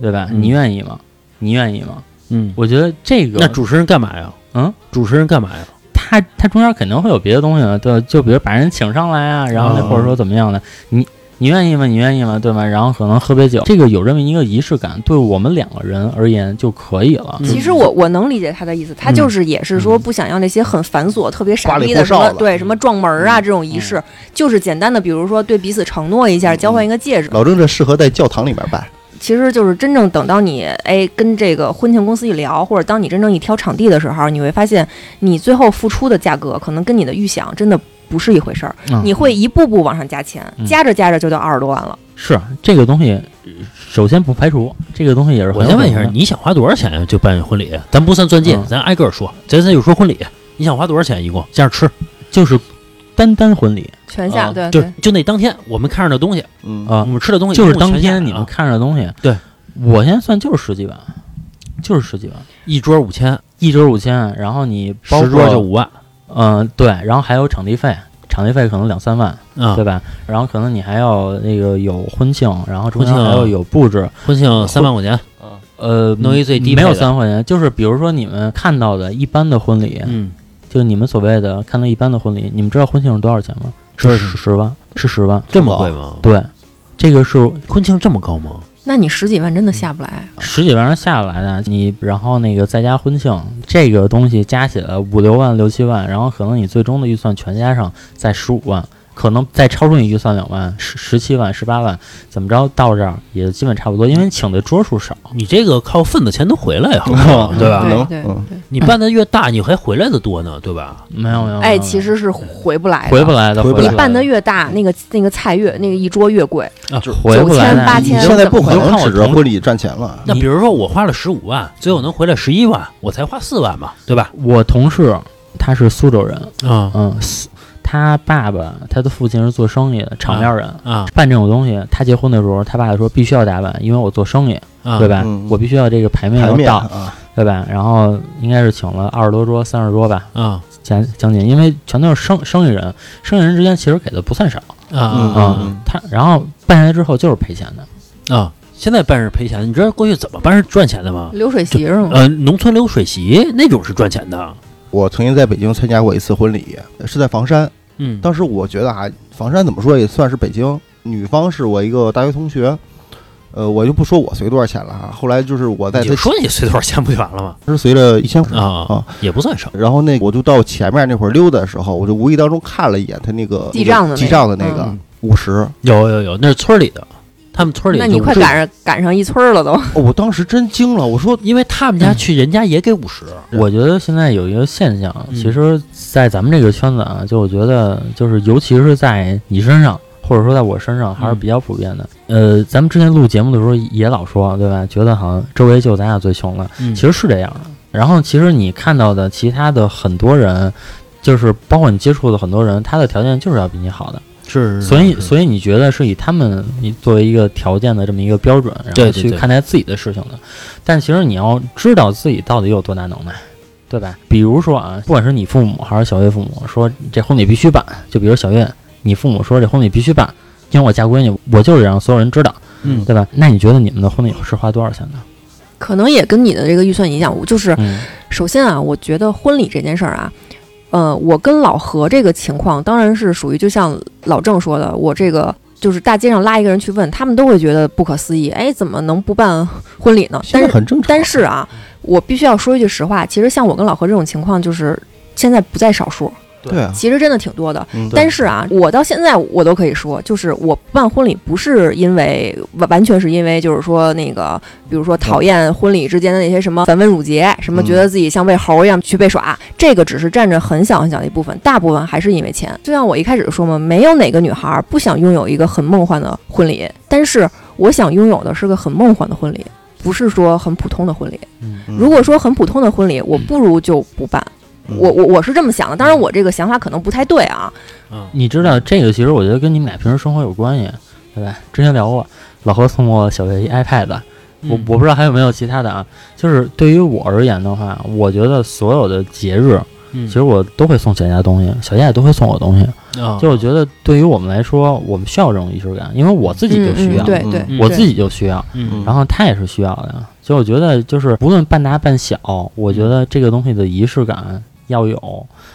Speaker 4: 对吧？
Speaker 2: 嗯
Speaker 4: 你愿意吗？你愿意吗？
Speaker 2: 嗯，
Speaker 4: 我觉得这个
Speaker 2: 那主持人干嘛呀？
Speaker 4: 嗯，
Speaker 2: 主持人干嘛呀？
Speaker 4: 他他中间肯定会有别的东西的，对，就比如把人请上来啊，然后那
Speaker 2: 哦
Speaker 4: 或者说怎么样的，你你愿意吗？你愿意吗？对吧？然后可能喝杯酒，这个有这么一个仪式感，对我们两个人而言就可以了。
Speaker 2: 嗯
Speaker 5: 其实我我能理解他的意思，他
Speaker 4: 嗯
Speaker 5: 就是也是说
Speaker 4: 嗯
Speaker 5: 不想要那些很繁琐、特别傻
Speaker 3: 花里
Speaker 5: 逼
Speaker 3: 胡
Speaker 5: 的什么
Speaker 3: 哨的
Speaker 5: 对什么撞门儿
Speaker 4: 嗯
Speaker 5: 啊这种仪式，就是简单的，比如说对彼此承诺一下，
Speaker 3: 嗯
Speaker 5: 交换一个戒指。
Speaker 3: 老郑这适合在教堂里面办，
Speaker 5: 其实就是真正等到你哎跟这个婚庆公司一聊，或者当你真正一挑场地的时候，你会发现你最后付出的价格可能跟你的预想真的不是一回事儿，
Speaker 4: 嗯
Speaker 5: 你会一步步往上加钱，
Speaker 4: 嗯
Speaker 5: 加着加着就到二十多万了。
Speaker 4: 是这个东西，首先不排除这个东西也是很
Speaker 2: 我
Speaker 4: 有
Speaker 2: 先问一
Speaker 4: 可
Speaker 2: 下，嗯
Speaker 4: 能的
Speaker 2: 你想花多少钱呀？就办婚礼？咱不算钻戒，
Speaker 4: 嗯
Speaker 2: 咱挨个儿说。咱咱就说婚礼，你想花多少钱一共？这样吃，
Speaker 4: 就是单单婚礼
Speaker 5: 全下、
Speaker 2: 啊
Speaker 5: 对
Speaker 2: 就
Speaker 5: 对，
Speaker 2: 就那当天我们看上的东西，
Speaker 3: 嗯
Speaker 4: 啊
Speaker 2: 我，们吃的东西，
Speaker 4: 就是
Speaker 2: 一共
Speaker 4: 当
Speaker 2: 全下
Speaker 4: 天
Speaker 2: 来
Speaker 4: 你们
Speaker 2: 啊
Speaker 4: 看着东西。
Speaker 2: 对，
Speaker 4: 我现在算就是十几万，就是十几万，
Speaker 2: 一桌五千，
Speaker 4: 一桌五千，然后你包
Speaker 2: 十桌
Speaker 4: 括
Speaker 2: 就五万，
Speaker 4: 嗯、对，然后还有场地费，场地费可能两三万，
Speaker 2: 啊
Speaker 4: 对，吧？然后可能你还要那个有婚庆，然后中
Speaker 2: 婚
Speaker 4: 间
Speaker 2: 庆啊
Speaker 4: 还要有布置，
Speaker 2: 婚庆三万块钱，
Speaker 4: 呃，
Speaker 2: 弄一最低
Speaker 4: 没有
Speaker 2: 配的
Speaker 4: 三块钱，就是比如说你们看到的一般的婚礼，
Speaker 2: 嗯，
Speaker 4: 就你们所谓的看到一般的婚礼，你们知道婚庆是多少钱吗？
Speaker 2: 知道
Speaker 4: 是十万，是十万。
Speaker 2: 这么贵吗？
Speaker 4: 对，这个是
Speaker 2: 婚庆这么高吗？
Speaker 5: 那你十几万真的下不来，
Speaker 4: 十几万上下来的，你然后那个再加婚庆，这个东西加起来五六万六七万，然后可能你最终的预算全加上在十五万，可能再超出你预算两万，十十七万十八万，怎么着到这儿也基本差不多，因为请的桌数少。
Speaker 2: 你这个靠份子钱能回来呀，好不好对吧？
Speaker 3: 能
Speaker 5: 对对
Speaker 3: 嗯
Speaker 5: 对。
Speaker 2: 你办的越大，你还回来的多呢，对吧？
Speaker 4: 没有没有，没
Speaker 5: 哎，
Speaker 4: 有
Speaker 5: 其实是回不来的，
Speaker 4: 回不来的，
Speaker 3: 回不
Speaker 5: 你
Speaker 3: 来
Speaker 5: 办的越大，那个那个菜越那个一桌越贵，
Speaker 2: 啊
Speaker 4: 回不来的
Speaker 5: 9000
Speaker 3: 你
Speaker 5: 8000
Speaker 3: 现在不可
Speaker 4: 你就
Speaker 3: 能
Speaker 4: 看我
Speaker 3: 指着
Speaker 4: 同
Speaker 3: 婚礼赚钱了，
Speaker 2: 那比如说我花了十五万，最后能回来十一万，我才花四万嘛，对吧？
Speaker 4: 我同事他是苏州人，
Speaker 2: 啊
Speaker 4: 嗯，苏他爸爸他的父亲是做生意的场面人。
Speaker 2: 啊
Speaker 4: 办这种东西，他结婚的时候，他爸说必须要打扮，因为我做生意，
Speaker 2: 啊，
Speaker 4: 对？吧？
Speaker 3: 嗯
Speaker 4: 我必须要这个牌面
Speaker 3: 牌
Speaker 4: 要
Speaker 3: 面
Speaker 4: 到，
Speaker 3: 啊，
Speaker 4: 对吧？然后应该是请了二十多桌、三十桌吧，
Speaker 2: 啊
Speaker 4: 将将近，因为全都是生生意人，生意人之间其实给的不算少
Speaker 2: 啊啊
Speaker 4: 啊、
Speaker 3: 嗯
Speaker 4: 他然后办下来之后就是赔钱的，
Speaker 2: 啊！现在办是赔钱，你知道过去怎么办是赚钱的吗？
Speaker 5: 流水席是吗？
Speaker 2: 呃，农村流水席那种是赚钱的，
Speaker 3: 我曾经在北京参加过一次婚礼，是在房山。
Speaker 2: 嗯
Speaker 3: 当时我觉得啊，房山怎么说也算是北京，女方是我一个大学同学，呃，我就不说我随多少钱了啊。后来就是我在
Speaker 2: 你
Speaker 3: 她
Speaker 2: 就说你随多少钱不就完了吗？
Speaker 3: 是随了一千
Speaker 4: 嗯
Speaker 2: 啊
Speaker 4: 哦
Speaker 3: 啊。
Speaker 2: 也不算少。
Speaker 3: 然后那我就到前面那会儿溜达的时候，我就无意当中看了一眼他那个
Speaker 5: 记账的那个
Speaker 3: 记账的那个
Speaker 2: 嗯
Speaker 3: 五十，
Speaker 2: 有有有，那是村里的，他们村里
Speaker 5: 那
Speaker 2: 就
Speaker 5: 你快
Speaker 2: 是
Speaker 5: 赶上赶上一村儿了都，
Speaker 3: 哦我当时真惊了，我说
Speaker 2: 因为他们家去人家也给五十、
Speaker 4: 我觉得现在有一个现象，
Speaker 2: 嗯
Speaker 4: 其实，在咱们这个圈子啊，就我觉得，就是尤其是在你身上，或者说在我
Speaker 2: 嗯
Speaker 4: 身上，还是比较普遍的。呃，咱们之前录节目的时候也老说，对吧？觉得好像周围就咱俩最穷了，
Speaker 2: 嗯
Speaker 4: 其实是这样的。然后，其实你看到的其他的很多人，就是包括你接触的很多人，他的条件就是要比你好的，
Speaker 2: 是
Speaker 4: 所以，
Speaker 2: 以
Speaker 4: 所以你觉得是以他们你作为一个条件的这么一个标准，然
Speaker 2: 对
Speaker 4: 后
Speaker 2: 对
Speaker 4: 去
Speaker 2: 对
Speaker 4: 看待自己的事情的。但其实你要知道自己到底有多大能耐，对吧？比如说啊，不管是你父母还是小月父母说这婚礼必须办，就比如小月，你父母说这婚礼必须办，因为我嫁闺女，我就是让所有人知道，
Speaker 2: 嗯
Speaker 4: 对吧？那你觉得你们的婚礼是花多少钱的？
Speaker 5: 可能也跟你的这个预算影响。我就是
Speaker 4: 嗯
Speaker 5: 首先啊，我觉得婚礼这件事儿啊，呃，我跟老何这个情况当然是属于就像老郑说的，我这个就是大街上拉一个人去问，他们都会觉得不可思议，哎，怎么能不办婚礼呢？
Speaker 3: 现
Speaker 5: 但
Speaker 3: 在
Speaker 5: 是
Speaker 3: 很正常，
Speaker 5: 但是啊，我必须要说一句实话，其实像我跟老何这种情况，就是现在不在少数，
Speaker 3: 对啊，
Speaker 5: 其实真的挺多的。
Speaker 3: 嗯
Speaker 5: 但是啊，我到现在我都可以说，就是我办婚礼不是因为完完全是因为就是说那个，比如说讨厌婚礼之间的那些什么繁文缛节，啊什么
Speaker 3: 嗯
Speaker 5: 觉得自己像喂猴一样去被耍，这个只是占着很小很小的一部分，大部分还是因为钱。就像我一开始说嘛，没有哪个女孩不想拥有一个很梦幻的婚礼，但是我想拥有的是个很梦幻的婚礼，不是说很普通的婚礼。
Speaker 3: 嗯
Speaker 5: 如果说很普通的婚礼，我不如就不办。
Speaker 3: 嗯
Speaker 5: 我我我是这么想的，当然我这个想法可能不太对啊，
Speaker 4: 你知道这个，其实我觉得跟你们俩平时生活有关系，对吧？之前聊过，老何送过小月一 iPad。我
Speaker 2: 嗯
Speaker 4: 我不知道还有没有其他的啊，就是对于我而言的话，我觉得所有的节日，
Speaker 2: 嗯
Speaker 4: 其实我都会送小夏东西，小夏也都会送我东西。
Speaker 2: 啊
Speaker 4: 就我觉得对于我们来说，我们需要这种仪式感，因为我自己就需要，
Speaker 5: 嗯嗯、对
Speaker 3: 嗯
Speaker 5: 对，
Speaker 4: 我
Speaker 5: 对
Speaker 4: 自己就需要，
Speaker 2: 嗯
Speaker 4: 然后他也是需要的。所以我觉得就是无论办大办小，我觉得这个东西的仪式感要有，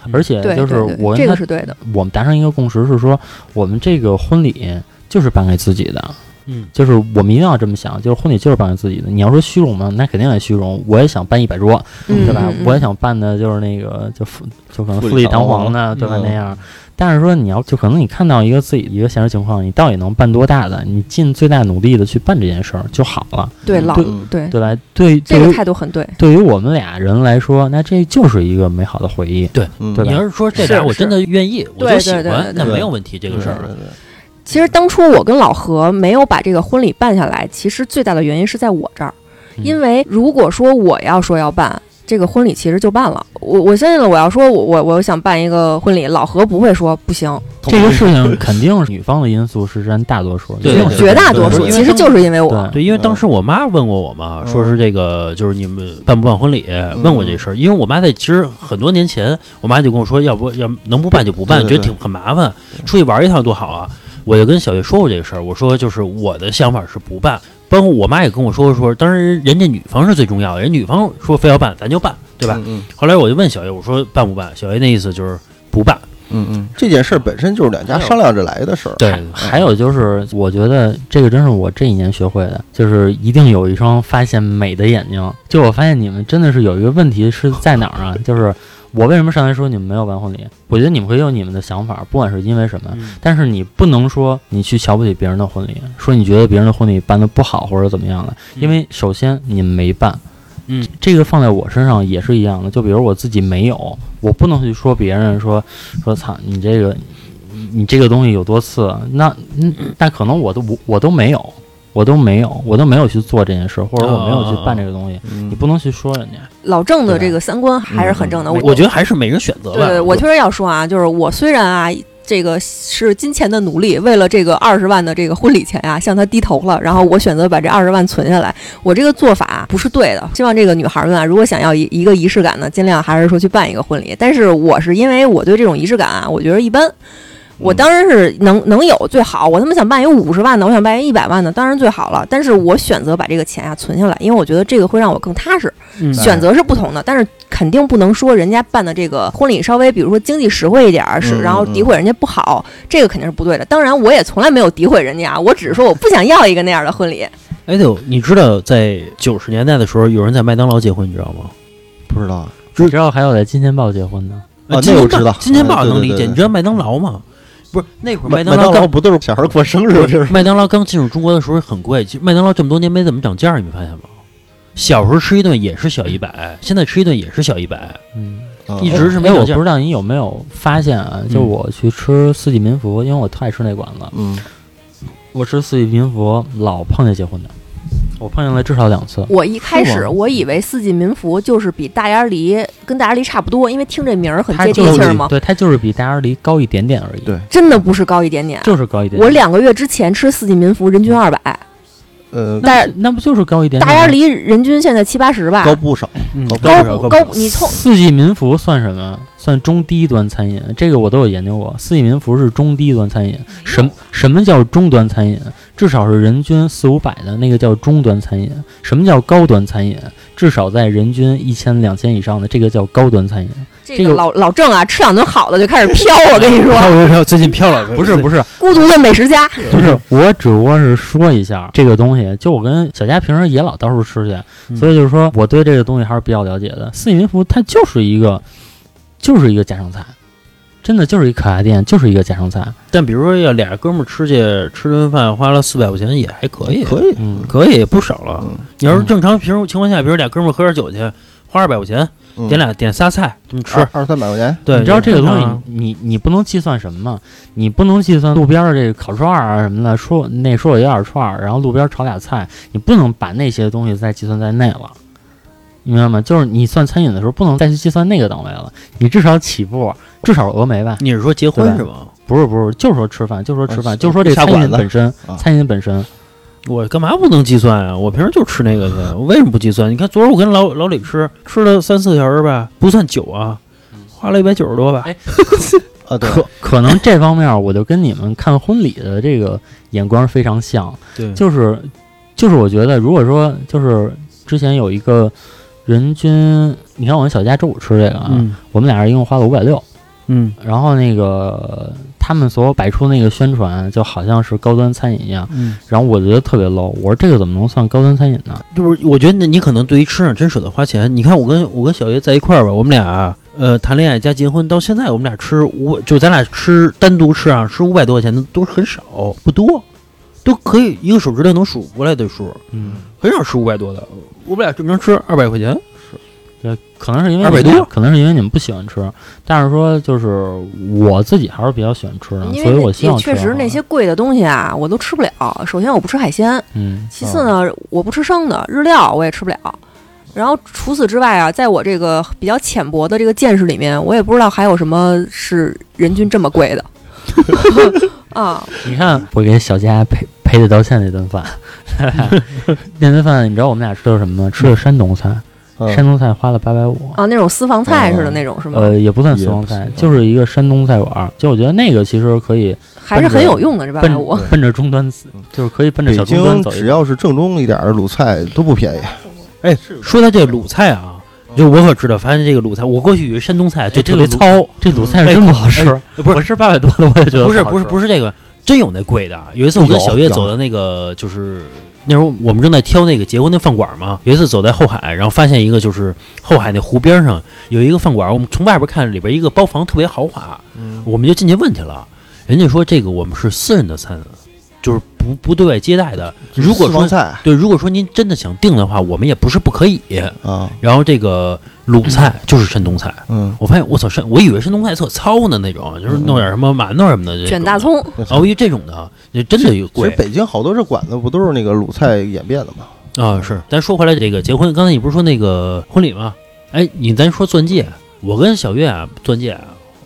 Speaker 2: 嗯
Speaker 4: 而且
Speaker 5: 对
Speaker 4: 就是
Speaker 5: 对对
Speaker 4: 我
Speaker 5: 这
Speaker 4: 跟
Speaker 5: 个
Speaker 4: 他
Speaker 5: 是对的，
Speaker 4: 我们达成一个共识是说，我们这个婚礼就是办给自己的，
Speaker 2: 嗯
Speaker 4: 就是我们一定要这么想，就是婚礼就是办给自己的。你要说虚荣呢，那肯定也虚荣。我也想办一百桌，
Speaker 5: 嗯
Speaker 4: 对吧
Speaker 5: 嗯？嗯
Speaker 4: 我也想办的就是那个就富就可能
Speaker 3: 富丽
Speaker 4: 富丽
Speaker 3: 堂
Speaker 4: 堂皇的，
Speaker 2: 皇
Speaker 4: 对吧？
Speaker 2: 嗯
Speaker 4: 那样。但是说你要就可能你看到一个自己的一个现实情况，你到底能办多大的，你尽最大努力的去办这件事儿就好了，
Speaker 5: 对
Speaker 3: 嗯
Speaker 5: 老
Speaker 4: 对
Speaker 5: 对
Speaker 4: 对吧？对，
Speaker 5: 这
Speaker 4: 对
Speaker 5: 个
Speaker 4: 于
Speaker 5: 态度很对，
Speaker 4: 对于我们俩人来说，那这就是一个美好的回忆。
Speaker 3: 嗯
Speaker 4: 对
Speaker 2: 你
Speaker 4: 吧
Speaker 2: 要是说这俩
Speaker 5: 是
Speaker 2: 我真的愿意，我就
Speaker 5: 对
Speaker 2: 喜
Speaker 5: 对对
Speaker 2: 欢
Speaker 5: 对，
Speaker 2: 那
Speaker 3: 对
Speaker 2: 没有问题这个事
Speaker 3: 对
Speaker 2: 儿。
Speaker 3: 对对
Speaker 5: 其实当初我跟老何没有把这个婚礼办下来，其实最大的原因是在我这儿，
Speaker 4: 嗯
Speaker 5: 因为如果说我要说要办，这个婚礼其实就办了。我我相信了，我要说我我我想办一个婚礼，老何不会说不行，
Speaker 4: 这个事情肯定是女方的因素是占大多数，
Speaker 2: 对
Speaker 4: 一定
Speaker 2: 对
Speaker 4: 是
Speaker 5: 绝大多
Speaker 2: 对
Speaker 5: 数
Speaker 2: 对
Speaker 5: 其实就是因为我
Speaker 4: 对。
Speaker 2: 对，因为当时我妈问过我嘛，
Speaker 3: 嗯
Speaker 2: 说是这个就是你们办不办婚礼，问过这事儿。因为我妈在其实很多年前，我妈就跟我说，要不要能不办就不办，
Speaker 3: 对对
Speaker 2: 觉得挺很麻烦，出去玩一趟多好啊。我就跟小月说过这个事儿，我说就是我的想法是不办，包括我妈也跟我说说，当然人家女方是最重要的，人女方说非要办，咱就办，对吧？
Speaker 3: 嗯
Speaker 2: 后来我就问小月，我说办不办？小月那意思就是不办。
Speaker 3: 嗯嗯，这件事儿本身就是两家商量着来的事儿。
Speaker 2: 对嗯
Speaker 4: 还有就是，我觉得这个真是我这一年学会的，就是一定有一双发现美的眼睛。就我发现你们真的是有一个问题是在哪儿啊？就是我为什么上来说你们没有办婚礼？我觉得你们会有你们的想法，不管是因为什么，
Speaker 3: 嗯
Speaker 4: 但是你不能说你去瞧不起别人的婚礼，说你觉得别人的婚礼办得不好或者怎么样的，因为首先你没办。
Speaker 2: 嗯，
Speaker 4: 这个放在我身上也是一样的。就比如我自己没有，我不能去说别人说说操你这个你你这个东西有多次，那嗯，那可能我都我我都没有，我都没有，我都没有去做这件事，或者我没有去办这个东西，
Speaker 3: 嗯
Speaker 4: 你不能去说人家。
Speaker 5: 老郑的这个三观还是很正的，
Speaker 2: 嗯我我觉得还是每人选择吧。
Speaker 5: 对，我确实要说啊，就是我虽然啊，这个是金钱的奴隶，为了这个二十万的这个婚礼钱啊，向他低头了，然后我选择把这二十万存下来，我这个做法啊不是对的。希望这个女孩们啊，如果想要一一个仪式感呢，尽量还是说去办一个婚礼。但是我是因为我对这种仪式感啊，我觉得一般。我当然是能能有最好，我他妈想办一五十万的，我想办一一百万的，当然最好了。但是我选择把这个钱啊存下来，因为我觉得这个会让我更踏实。
Speaker 2: 嗯
Speaker 5: 选择是不同的，但是肯定不能说人家办的这个婚礼稍微，比如说经济实惠一点儿，
Speaker 3: 嗯
Speaker 5: 是
Speaker 3: 嗯
Speaker 5: 然后诋毁人家不好，这个肯定是不对的。当然，我也从来没有诋毁人家，啊，我只是说我不想要一个那样的婚礼。
Speaker 2: 哎，对，你知道在九十年代的时候，有人在麦当劳结婚，你知道
Speaker 3: 哦
Speaker 2: 吗？
Speaker 3: 不知道，
Speaker 4: 你知道还有在金钱豹结婚呢，
Speaker 3: 啊
Speaker 2: 呃金
Speaker 3: 那
Speaker 2: 钱
Speaker 3: 我知
Speaker 2: 豹
Speaker 3: 道
Speaker 2: 金钱
Speaker 3: 哎
Speaker 2: 豹
Speaker 3: 对
Speaker 2: 能
Speaker 3: 对
Speaker 2: 理
Speaker 3: 对
Speaker 2: 解，
Speaker 3: 对
Speaker 2: 你知道麦当劳吗？不是那会儿
Speaker 3: 麦
Speaker 2: 当
Speaker 3: 当劳
Speaker 2: 刚
Speaker 3: 不都是小孩过生日吗？这是
Speaker 2: 麦当劳刚进入中国的时候很贵，其实麦当劳这么多年没怎么涨价，你没发现吗？小时候吃一顿也是小一百，现在吃一顿也是小一百，
Speaker 4: 嗯，
Speaker 2: 一直是没
Speaker 4: 哎，我
Speaker 2: 有
Speaker 4: 不知道你有没有发现啊？就
Speaker 2: 嗯
Speaker 4: 我去吃四季民福，因为我太爱吃那馆子，
Speaker 3: 嗯
Speaker 4: 我吃四季民福老碰见结婚的，我碰见了至少两次。
Speaker 5: 我一开
Speaker 3: 是
Speaker 5: 始
Speaker 3: 吗
Speaker 5: 我以为四季民福就是比大鸭梨跟大鸭梨差不多，因为听这名儿很
Speaker 4: 它
Speaker 5: 接
Speaker 4: 就
Speaker 5: 地气儿
Speaker 4: 是
Speaker 5: 嘛，
Speaker 4: 对，它就是比大家离高一点点而已，
Speaker 3: 对
Speaker 5: 真的不是高一点点。
Speaker 4: 就是高一点点。
Speaker 5: 我两个月之前吃四季民福人均二百，
Speaker 3: 呃
Speaker 5: 但是
Speaker 4: 那不就是高一点点
Speaker 5: 大
Speaker 4: 吗？
Speaker 5: 鸭梨人均现在七八十吧，
Speaker 3: 高不少，
Speaker 2: 嗯
Speaker 5: 高
Speaker 2: 不
Speaker 5: 不
Speaker 2: 少
Speaker 5: 高
Speaker 2: 不
Speaker 5: 不，
Speaker 2: 少
Speaker 5: 你从
Speaker 4: 四季民福算什么？算中低端餐饮，这个我都有研究过。四季民福是中低端餐饮，什什么叫中端餐饮？至少是人均四五百的那个叫中端餐饮。什么叫高端餐饮？至少在人均一千两千以上的这个叫高端餐饮。
Speaker 5: 这
Speaker 4: 这
Speaker 5: 个
Speaker 4: 个
Speaker 5: 老老郑啊，吃两顿好的就开始飘，我跟你说，
Speaker 2: 飘，最近飘了，
Speaker 4: 不是不是
Speaker 5: 孤独的美食家。
Speaker 4: 不是，我只不过是说一下这个东西。就我跟小佳平时也老到处吃去，
Speaker 2: 嗯
Speaker 4: 所以就是说我对这个东西还是比较了解的。四季民福它就是一个，就是一个家常菜，真的就是一可爱店，就是一个家常菜。
Speaker 2: 但比如说要俩哥们儿吃去吃顿饭，花了四百块钱也还可以，
Speaker 3: 可以。
Speaker 4: 嗯，
Speaker 2: 可以不少了。
Speaker 3: 嗯
Speaker 2: 你要是正常平时情况下，比如俩哥们儿喝点酒去，花二百块钱，
Speaker 3: 嗯啊
Speaker 2: 点俩点仨菜这么吃，
Speaker 3: 二二三百块钱，
Speaker 2: 对，
Speaker 4: 你知道这个东
Speaker 2: 正
Speaker 4: 西
Speaker 2: 常啊，
Speaker 4: 你你不能计算什么吗？你不能计算路边儿的这个烤串儿啊什么的，说那说我要点串儿，然后路边儿炒俩菜，你不能把那些东西再计算在内了，你明白吗？就是你算餐饮的时候，不能再去计算那个档位了，你至少起步至少峨眉吧？
Speaker 2: 你是说结婚
Speaker 4: 对吧
Speaker 2: 是吗？
Speaker 4: 不是不是，就说吃饭，就说吃
Speaker 3: 啊
Speaker 4: 饭，就说这
Speaker 3: 下
Speaker 4: 餐
Speaker 3: 馆
Speaker 4: 饮
Speaker 3: 子
Speaker 4: 本身
Speaker 3: 啊，
Speaker 4: 餐饮本身，
Speaker 2: 我干嘛不能计算啊？我平时就吃那个去，我为什么不计算？你看昨儿我跟老老李吃，吃了三四个小时吧，不算酒啊，花了一百九十多吧。
Speaker 4: 哎
Speaker 3: 啊，对，
Speaker 4: 可可能这方面儿我就跟你们看婚礼的这个眼光非常像，
Speaker 2: 对，
Speaker 4: 就是就是我觉得，如果说就是之前有一个人均，你看我跟小佳周五吃这个啊，
Speaker 2: 嗯
Speaker 4: 我们俩人一共花了五百六，
Speaker 2: 嗯
Speaker 4: 然后那个他们所摆出那个宣传，就好像是高端餐饮一样，
Speaker 2: 嗯，
Speaker 4: 然后我觉得特别 low，我说这个怎么能算高端餐饮呢？
Speaker 2: 就是我觉得你可能对于吃上真舍得花钱。你看我跟我跟小叶在一块儿吧，我们俩呃谈恋爱加结婚到现在，我们俩吃五就咱俩吃单独吃啊，吃五百多块钱的都很少，不多，都可以一个手指头能数过来的数，
Speaker 4: 嗯，
Speaker 2: 很少吃五百多的。我们俩正常吃二百块钱，
Speaker 4: 对，可能是因为
Speaker 2: 200
Speaker 4: 你们
Speaker 2: 多
Speaker 4: 可能是因为你们不喜欢吃，但是说就是我自己还是比较喜欢吃的，
Speaker 5: 因
Speaker 4: 嗯所以
Speaker 5: 为
Speaker 4: 我
Speaker 5: 那
Speaker 4: 希
Speaker 5: 也
Speaker 4: 望
Speaker 5: 确
Speaker 4: 吃
Speaker 5: 实
Speaker 4: 好
Speaker 5: 那
Speaker 4: 的
Speaker 5: 些贵的东西啊，我都吃不了。首先我不吃海鲜，
Speaker 4: 嗯。
Speaker 5: 其次呢，我不吃生的，日料我也吃不了。然后除此之外啊，在我这个比较浅薄的这个见识里面，我也不知道还有什么是人均这么贵的。啊，
Speaker 4: 你看，我给小佳赔赔礼道歉那顿饭， 那顿饭你知道我们俩吃的什么吗？吃的山东菜，
Speaker 3: 嗯
Speaker 4: 山东菜花了八百五。
Speaker 5: 啊，那种私房菜似的那种是吗？
Speaker 4: 呃，也不算私
Speaker 3: 也
Speaker 4: 房
Speaker 3: 不
Speaker 4: 菜
Speaker 3: 行，
Speaker 4: 就是一个山东菜馆儿。就我觉得那个其实可以
Speaker 5: 还是很有用的这八
Speaker 4: 奔
Speaker 5: 百五。
Speaker 4: 奔着终端，就是可以奔着
Speaker 3: 北
Speaker 4: 小终端
Speaker 3: 京
Speaker 4: 走一
Speaker 3: 只
Speaker 4: 走。
Speaker 3: 要是正宗一点的鲁菜都不便宜，
Speaker 5: 嗯
Speaker 3: 哎
Speaker 2: 说到这鲁菜啊，就我可知道，发现这个鲁菜，我过去以为山东菜就特别糙，
Speaker 4: 这卤菜是真不好吃，
Speaker 2: 不是
Speaker 4: 我吃八百多的我也觉得
Speaker 2: 不是
Speaker 4: 好
Speaker 2: 不是
Speaker 4: 吃
Speaker 2: 不是这个，真有那贵的。啊有一次我跟
Speaker 3: 有
Speaker 2: 小月
Speaker 3: 有
Speaker 2: 走到那个就是。那时候我们正在挑那个结婚的饭馆嘛，有一次走在后海，然后发现一个就是后海那湖边上有一个饭馆，我们从外边看里边一个包房特别豪华，
Speaker 3: 嗯
Speaker 2: 我们就进去问去了，人家说这个我们是私人的餐，就是不不对外接待的。如果
Speaker 3: 私
Speaker 2: 说
Speaker 3: 房菜
Speaker 2: 对，如果说您真的想订的话，我们也不是不可以。
Speaker 3: 啊，
Speaker 2: 然后这个鲁菜就是山东菜，
Speaker 3: 嗯，
Speaker 2: 我发现我操山，我以为山东菜特糙呢那种，就是弄点什么馒头什么的，这种
Speaker 5: 嗯卷大。葱，
Speaker 2: 哦，一这种的，也真的有
Speaker 3: 其实
Speaker 2: 贵
Speaker 3: 北京好多这馆子不都是那个鲁菜演变的吗？
Speaker 5: 嗯
Speaker 2: 啊！是，咱说回来这个结婚，刚才你不是说那个婚礼吗？哎，你咱说钻戒，我跟小月啊，钻戒啊，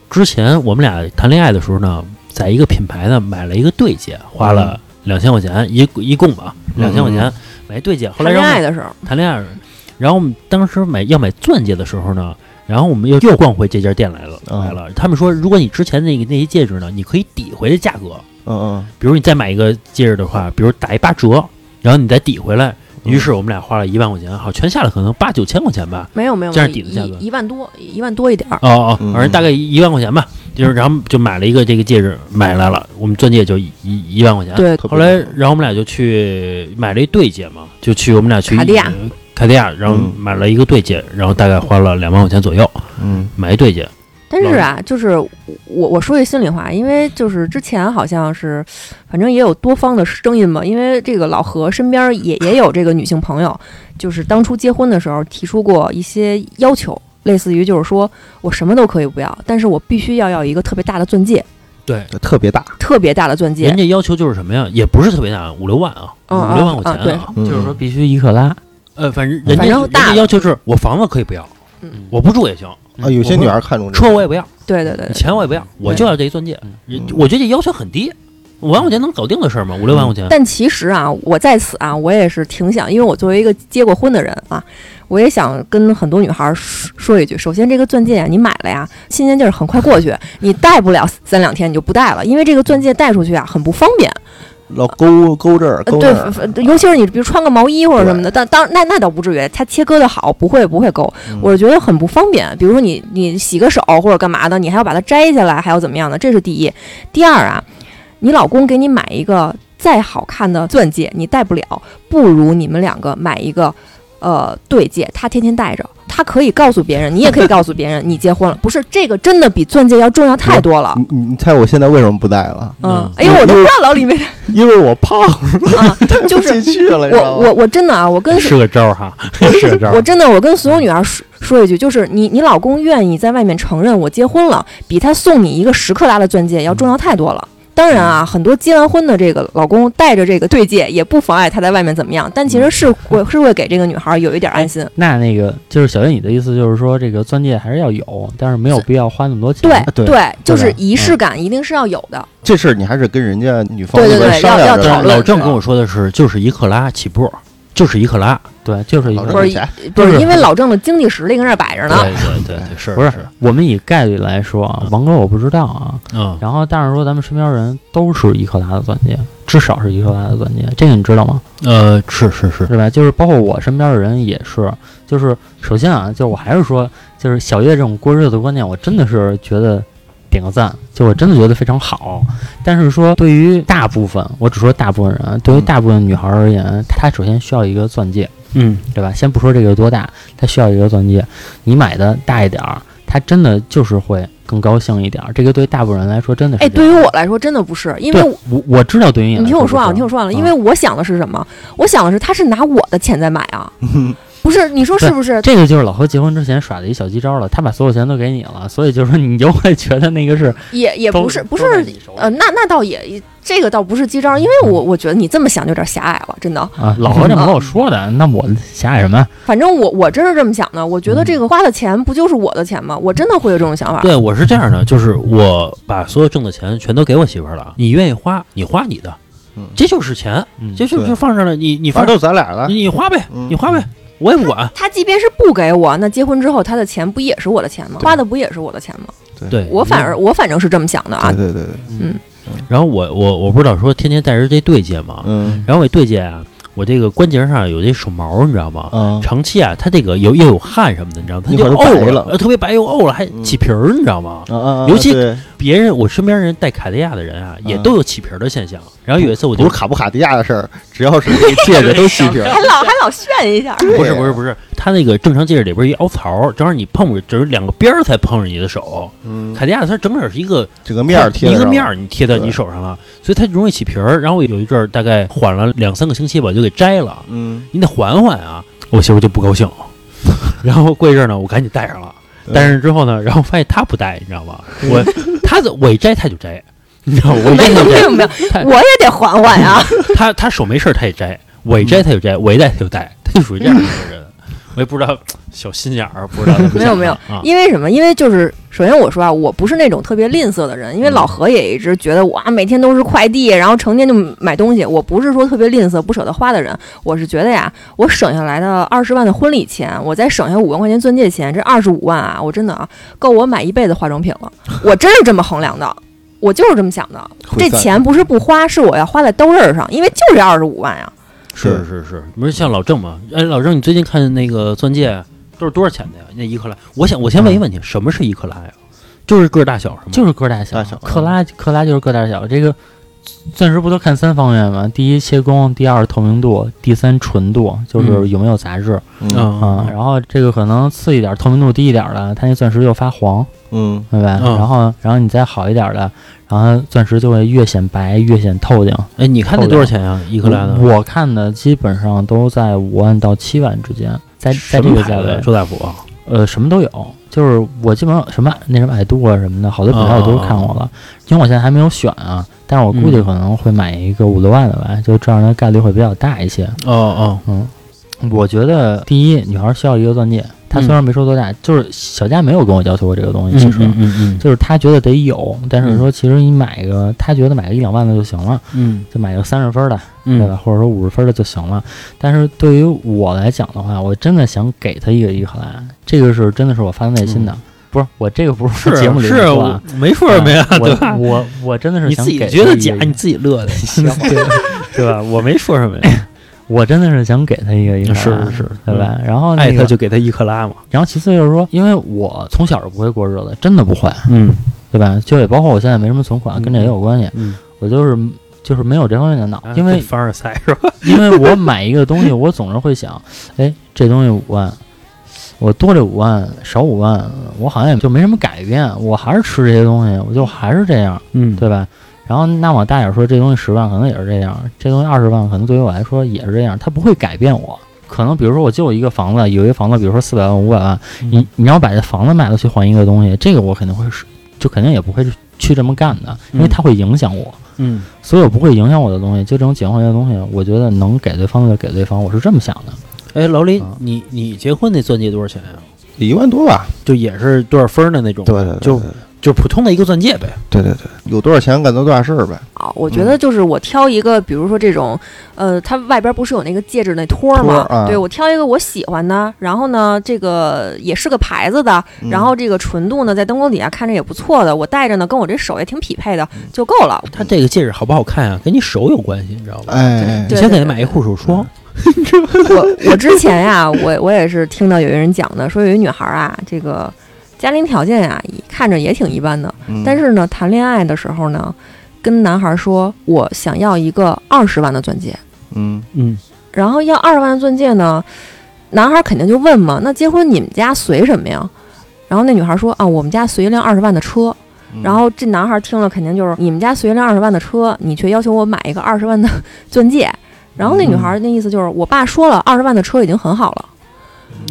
Speaker 2: 之前我们俩谈恋爱的时候呢，在一个品牌呢买了一个对戒，花了
Speaker 5: 嗯
Speaker 2: 两千块钱，一一共吧，两千块钱买一对戒，后
Speaker 5: 谈
Speaker 2: 来
Speaker 5: 恋
Speaker 2: 让我
Speaker 5: 爱的时候，
Speaker 2: 谈恋爱，然后我们当时买要买钻戒的时候呢，然后我们又又逛回这家店来了
Speaker 3: 嗯
Speaker 2: 来了。他们说，如果你之前那个那些戒指呢，你可以抵回这价格，
Speaker 3: 嗯嗯，
Speaker 2: 比如你再买一个戒指的话，比如打一八折，然后你再抵回来。
Speaker 3: 嗯
Speaker 2: 于是我们俩花了一万块钱，好，全下来可能八九千块钱吧。
Speaker 5: 没有没有，
Speaker 2: 这样
Speaker 5: 没有
Speaker 2: 抵的价格
Speaker 5: 一一万多，一万多一点儿。
Speaker 2: 哦哦，
Speaker 3: 嗯
Speaker 2: 反正大概一万块钱吧。就是然后就买了一个这个戒指，买来了，我们钻戒就一一一万块钱。
Speaker 5: 对，
Speaker 3: 特别
Speaker 2: 后来，然后我们俩就去买了一对戒嘛，就去我们俩去
Speaker 5: 卡地亚，
Speaker 2: 卡地亚，然后
Speaker 3: 嗯
Speaker 2: 买了一个对戒，然后大概花了两万块钱左右
Speaker 3: 嗯
Speaker 2: 买一对戒。
Speaker 5: 但是啊，就是我我说句心里话，因为就是之前好像是，反正也有多方的声音嘛。因为这个老何身边也也有这个女性朋友，就是当初结婚的时候提出过一些要求，类似于就是说我什么都可以不要，但是我必须要要一个特别大的钻戒，
Speaker 2: 对，
Speaker 3: 特别大，
Speaker 5: 特别大的钻戒
Speaker 2: 人。家要求就是什么呀？也不是特别大，五六万啊，
Speaker 5: 嗯
Speaker 2: 五六万块
Speaker 5: 嗯嗯
Speaker 2: 钱啊。
Speaker 3: 就
Speaker 4: 就是说必须一克拉，
Speaker 2: 呃，反正人家
Speaker 5: 反正
Speaker 2: 人
Speaker 5: 大
Speaker 2: 家要求是我房子可以不要
Speaker 5: 嗯，
Speaker 2: 我不住也行，
Speaker 3: 啊，有些女孩看重这
Speaker 2: 车
Speaker 3: 个
Speaker 2: 我也不要，
Speaker 5: 对对对对，
Speaker 2: 钱我也不要，我就要这一钻戒
Speaker 4: 嗯。
Speaker 2: 人我觉得这要求很低，五万块钱能搞定的事儿吗？五六万块钱。
Speaker 5: 但其实啊，我在此啊，我也是挺想，因为我作为一个结过婚的人啊，我也想跟很多女孩儿说说一句：首先，这个钻戒啊，你买了呀，新鲜劲儿很快过去，你戴不了三两天你就不戴了，因为这个钻戒戴出去啊很不方便。
Speaker 3: 老勾勾这儿
Speaker 5: 呃
Speaker 3: 勾那
Speaker 5: 对
Speaker 3: 儿，
Speaker 5: 反，尤其是你比如穿个毛衣或者什么的，但当那那倒不至于，它切割的好，不会不会勾，
Speaker 3: 嗯
Speaker 5: 我是觉得很不方便。比如说你你洗个手或者干嘛的，你还要把它摘下来，还要怎么样的，这是第一。第二啊，你老公给你买一个再好看的钻戒，你戴不了，不如你们两个买一个。呃，对戒，他天天戴着，他可以告诉别人，你也可以告诉别人，你结婚了。不是这个，真的比钻戒要重要太多了。
Speaker 3: 你你你猜我现在为什么不戴了？
Speaker 5: 嗯
Speaker 2: 嗯，
Speaker 5: 哎呦，我都不知道老李没
Speaker 3: 因为我胖
Speaker 5: 啊，就
Speaker 3: 进
Speaker 5: 是
Speaker 3: 去了，你知
Speaker 5: 我
Speaker 3: 道吗
Speaker 5: 我我真的啊，我跟
Speaker 2: 是个招儿哈，是个招
Speaker 5: 我
Speaker 2: 儿。
Speaker 5: 真的，我跟所有女孩说说一句，就是你你老公愿意在外面承认我结婚了，比他送你一个十克拉的钻戒要重要太多了。当然啊，很多结完婚的这个老公带着这个对戒，也不妨碍他在外面怎么样，但其实是会是会给这个女孩有一点安心。
Speaker 4: 那那个就是小月，你的意思就是说，这个钻戒还是要有，但是没有必要花那么多钱。
Speaker 3: 对
Speaker 5: 对对，就是
Speaker 4: 对
Speaker 5: 仪式感一定是要有的。
Speaker 3: 这事儿你还是跟人家女方
Speaker 5: 对对
Speaker 3: 那边
Speaker 5: 对
Speaker 3: 商
Speaker 5: 要
Speaker 3: 量
Speaker 5: 要
Speaker 3: 着
Speaker 5: 讨
Speaker 2: 但
Speaker 3: 来
Speaker 2: 是
Speaker 5: 论
Speaker 2: 老郑跟我说的是，就是一克拉起步，就是一克拉。
Speaker 4: 对，就是一
Speaker 3: 老
Speaker 4: 个
Speaker 3: 郑
Speaker 5: 不是
Speaker 3: 有钱
Speaker 5: 不
Speaker 4: 就是是
Speaker 5: 因为老郑的经济实力跟这儿摆着呢，
Speaker 2: 对对对， 是
Speaker 4: 不是？我们以概率来说啊，王哥我不知道啊。
Speaker 2: 嗯，
Speaker 4: 然后，但是说咱们身边人都是一克拉的钻戒，至少是一克拉的钻戒，这个你知道吗？
Speaker 2: 呃，是是是，
Speaker 4: 是吧？就是包括我身边的人也是，就是首先啊，就是我还是说，就是小月这种过日子的观念，我真的是觉得点个赞，就我真的觉得非常好。但是说对于大部分，我只说大部分人啊，对于大部分女孩而言，她首先需要一个钻戒，
Speaker 2: 嗯，
Speaker 4: 对吧？先不说这个有多大，她需要一个钻戒，你买的大一点儿，她真的就是会更高兴一点儿。这个对大部分人来说真的是
Speaker 5: 哎，
Speaker 4: 这
Speaker 5: 对
Speaker 4: 样。
Speaker 5: 于我来说真的不是，因为
Speaker 4: 对我我知道，对于你来
Speaker 5: 你听我说
Speaker 4: 说
Speaker 5: 啊，
Speaker 4: 不
Speaker 5: 你听我
Speaker 4: 是
Speaker 5: 说完了，
Speaker 4: 嗯
Speaker 5: 因为我想的是什么？我想的是他是拿我的钱在买啊，不是，你说是不是？
Speaker 4: 这个就是老何结婚之前耍的一小鸡招了，他把所有钱都给你了，所以就是说你就会觉得那个是
Speaker 5: 也也
Speaker 4: 都
Speaker 5: 不是，不
Speaker 4: 都在
Speaker 5: 是
Speaker 4: 你手里
Speaker 5: 呃，那那倒也，这个倒不是鸡招，因为我我觉得你这么想就有点狭隘了，真的。
Speaker 4: 啊，老何这么跟我说的，那我狭隘什么呀？
Speaker 5: 反正我我真是这么想的，我觉得这个花的钱不就是我的钱吗？我真的会有这种想法。
Speaker 2: 对，我是这样的，就是我把所有挣的钱全都给我媳妇儿了，你愿意花，你花你的
Speaker 3: 嗯，
Speaker 2: 这就是钱，
Speaker 4: 嗯
Speaker 2: 这就
Speaker 3: 对
Speaker 2: 就放这儿了，你你
Speaker 3: 反
Speaker 2: 反
Speaker 3: 正
Speaker 2: 正
Speaker 3: 都咱俩了，
Speaker 2: 你花呗，
Speaker 3: 嗯
Speaker 2: 你花呗，我也不管。
Speaker 5: 他即便是不给我，那结婚之后他的钱不也是我的钱吗？花的不也是我的钱吗？
Speaker 3: 嗯
Speaker 2: 对
Speaker 5: 我反而我反正是这么想的啊
Speaker 3: 对。对对对，
Speaker 2: 然后我我我不是老说天天带着这对戒嘛，
Speaker 3: 嗯
Speaker 2: 然后我这对戒啊，我这个关节上有这手毛，你知道吗？
Speaker 3: 啊，
Speaker 2: 长期啊，它这个有又有汗什么的，你知道吗？它
Speaker 3: 一
Speaker 2: 就
Speaker 3: 会儿就白
Speaker 2: 沤
Speaker 3: 了
Speaker 2: 呃特别白又沤了，还
Speaker 3: 嗯
Speaker 2: 起皮儿，你知道吗？
Speaker 3: 啊啊，啊
Speaker 2: 尤其
Speaker 3: 对
Speaker 2: 别人我身边人戴卡地亚的人啊，也
Speaker 3: 嗯
Speaker 2: 都有起皮儿的现象。然后有一次我
Speaker 3: 不
Speaker 2: 就是
Speaker 3: 卡不卡地亚的事儿，只要是那个戒指都细皮儿，
Speaker 5: 还老还老炫一下，
Speaker 2: 不是不是不是，它那个正常戒指里边一凹槽，正好你碰着，只是两个边儿才碰着你的手。
Speaker 3: 嗯，
Speaker 2: 卡地亚它整整是一个
Speaker 3: 整个面儿贴
Speaker 2: 一
Speaker 3: 得
Speaker 2: 个
Speaker 3: 上
Speaker 2: 面儿，你贴在你手上了，所以它容易起皮儿。然后我有一阵儿大概缓了两三个星期吧，就给摘了。
Speaker 3: 嗯，
Speaker 2: 你得缓缓啊！我媳妇就不高兴， 然后过一阵儿呢，我赶紧戴上了，戴上之后呢，然后发现她不戴，你知道吗？我她怎我一摘她就摘，你知道吗我一摘
Speaker 5: 没
Speaker 2: 她
Speaker 5: 有
Speaker 2: 就
Speaker 5: 没有
Speaker 2: 摘，太
Speaker 5: 没有，我也得缓缓啊。
Speaker 2: 她她手没事儿她也摘，我一摘她就摘，我一戴她就戴，她就属于这样的一个人。我也不知道小心眼儿，不知道怎么
Speaker 5: 没有
Speaker 2: 想
Speaker 5: 没有
Speaker 2: 的啊，
Speaker 5: 因为什么？因为就是首先我说啊，我不是那种特别吝啬的人，因为老何也一直觉得我啊每天都是快递，然后成天就买东西。我不是说特别吝啬不舍得花的人，我是觉得呀，我省下来的二十万的婚礼钱，我再省下五万块钱钻戒钱，这二十五万啊，我真的啊够我买一辈子化妆品了。我真是这么衡量的。我就是这么想的，这
Speaker 3: 会散
Speaker 5: 钱不是不花，是我要花在刀刃上，因为就这二十五万呀。
Speaker 2: 是是是，不是像老郑嘛？哎，老郑，你最近看那个钻戒都是多少钱的呀？那一克拉，我想我先问一问你，什么是一克拉呀？就是个儿大小是吗？
Speaker 4: 就是个大小，
Speaker 3: 大小
Speaker 4: 克拉克拉就是个大小。这个钻石不都看三方面吗？第一切工，第二透明度，第三纯度，就是
Speaker 2: 嗯
Speaker 4: 有没有杂质啊、
Speaker 3: 嗯
Speaker 4: 然后这个可能次一点，透明度低一点的，它那钻石就发黄，
Speaker 3: 嗯
Speaker 4: 对吧？
Speaker 2: 嗯
Speaker 4: 然后然后你再好一点的，然后钻石就会越显白越显透亮。
Speaker 2: 哎，你看那多少钱呀？一
Speaker 4: 一
Speaker 2: 克拉的？
Speaker 4: 我看的基本上都在五万到七万之间，在在
Speaker 2: 什
Speaker 4: 这
Speaker 2: 么
Speaker 4: 个
Speaker 2: 牌
Speaker 4: 价
Speaker 2: 子
Speaker 4: 位
Speaker 2: 呀，周大福啊。
Speaker 4: 呃，什么都有，就是我基本上什么那什么百度啊什么的，好多品牌
Speaker 2: 哦
Speaker 4: 我都看过了，因为我现在还没有选啊，但是我估
Speaker 2: 嗯
Speaker 4: 计可能会买一个五六万的吧，就这样的概率会比较大一些。
Speaker 2: 哦哦，
Speaker 4: 我觉得第一，女孩需要一个钻戒，她虽然没说多大，就是小佳没有跟我要求过这个东西，其实。
Speaker 2: 嗯
Speaker 4: 就是她觉得得有，但是说其实你买个，她觉得买个一两万的就行了，
Speaker 2: 嗯
Speaker 4: 就买个三十分的，
Speaker 2: 嗯
Speaker 4: 对吧？或者说五十分的就行了。但是对于我来讲的话，我真的想给他一个伊克兰，这个是真的是我发自内心的。不是我这个不
Speaker 2: 嗯是
Speaker 4: 节目里
Speaker 2: 是
Speaker 4: 说
Speaker 2: 我
Speaker 4: 啊，
Speaker 2: 没说什么呀，
Speaker 4: 啊
Speaker 2: 对吧
Speaker 4: 我？我我真的是
Speaker 2: 你
Speaker 4: 想
Speaker 2: 自己
Speaker 4: 给
Speaker 2: 觉
Speaker 4: 他
Speaker 2: 得
Speaker 4: 一
Speaker 2: 假，
Speaker 4: 个
Speaker 2: 你自己乐 的，对对吧？我没说什么呀，啊
Speaker 4: 我真的是想给他一个伊克兰，
Speaker 2: 是是是
Speaker 4: 对吧？然后
Speaker 2: 爱
Speaker 4: 那
Speaker 2: 他
Speaker 4: 个，
Speaker 2: 就给他一克拉嘛。
Speaker 4: 然后其次就是说，因为我从小是不会过日子，真的不会，
Speaker 2: 嗯
Speaker 4: 对吧？就也包括我现在没什么存款，跟这也有关系。
Speaker 2: 嗯，哎
Speaker 4: 我就是就是没有这方面的脑，因为
Speaker 2: 啊凡尔赛是吧？
Speaker 4: 因为我买一个东西，我总是会想，哎，这东西五万，我多这五万，少五万，我好像也就没什么改变，我还是吃这些东西，我就还是这样，
Speaker 2: 嗯
Speaker 4: 对吧？然后那往大点说，这东西十万可能也是这样，这东西二十万可能对于我来说也是这样，它不会改变我。可能比如说我就有一个房子，有一个房子，比如说四百万、五百万，你你让我把这房子卖了去换一个东西，这个我肯定会是，就肯定也不会去这么干的，因为
Speaker 2: 嗯
Speaker 4: 它会影响我。
Speaker 2: 嗯
Speaker 4: 所有不会影响我的东西，就这种简化性的东西，我觉得能给对方就给对方，我是这么想的。
Speaker 2: 哎，老李，你你结婚那钻戒多少钱呀？
Speaker 3: 一万多吧，
Speaker 2: 就也是多少分儿的那种，
Speaker 3: 对对对，
Speaker 2: 就就普通的一个钻戒呗。
Speaker 3: 对对对，有多少钱干多大事儿呗，
Speaker 5: 啊，我
Speaker 3: 嗯
Speaker 5: 觉得就是我挑一个，比如说这种，呃，它外边不是有那个戒指那托儿
Speaker 3: 托
Speaker 5: 吗
Speaker 3: 儿？啊
Speaker 5: 对我挑一个我喜欢的，然后呢，这个也是个牌子的，
Speaker 3: 嗯
Speaker 5: 然后这个纯度呢，在灯光底下看着也不错的，我戴着呢，跟我这手也挺匹配的，
Speaker 3: 嗯
Speaker 5: 就够了。
Speaker 2: 它这个戒指好不好看啊，跟你手有关系，你知道吧？
Speaker 3: 哎，
Speaker 2: 你
Speaker 5: 对
Speaker 2: 先得买一护手霜，
Speaker 5: 我我之前呀、我我也是听到有一人讲的，说有一女孩啊，这个家庭条件呀、看着也挺一般的，
Speaker 3: 嗯
Speaker 5: 但是呢，谈恋爱的时候呢，跟男孩说我想要一个二十万的钻戒。
Speaker 3: 嗯
Speaker 2: 嗯，
Speaker 5: 然后要二十万钻戒呢，男孩肯定就问嘛，那结婚你们家随什么呀？然后那女孩说啊，我们家随一辆二十万的车。
Speaker 3: 嗯
Speaker 5: 然后这男孩听了肯定就是你们家随一辆二十万的车，你却要求我买一个二 十万的钻戒。然后那女孩那意思就是，我爸说了，二十万的车已经很好了。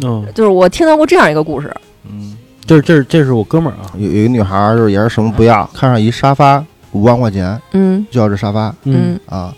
Speaker 2: 嗯，
Speaker 5: 就是我听到过这样一个故事，
Speaker 3: 嗯，
Speaker 2: 这是这是这是我哥们儿啊，
Speaker 3: 有有一个女孩儿就是也是什么不要，看上一沙发五万块钱
Speaker 5: 嗯
Speaker 3: 就要这沙发
Speaker 5: 嗯，
Speaker 3: 啊，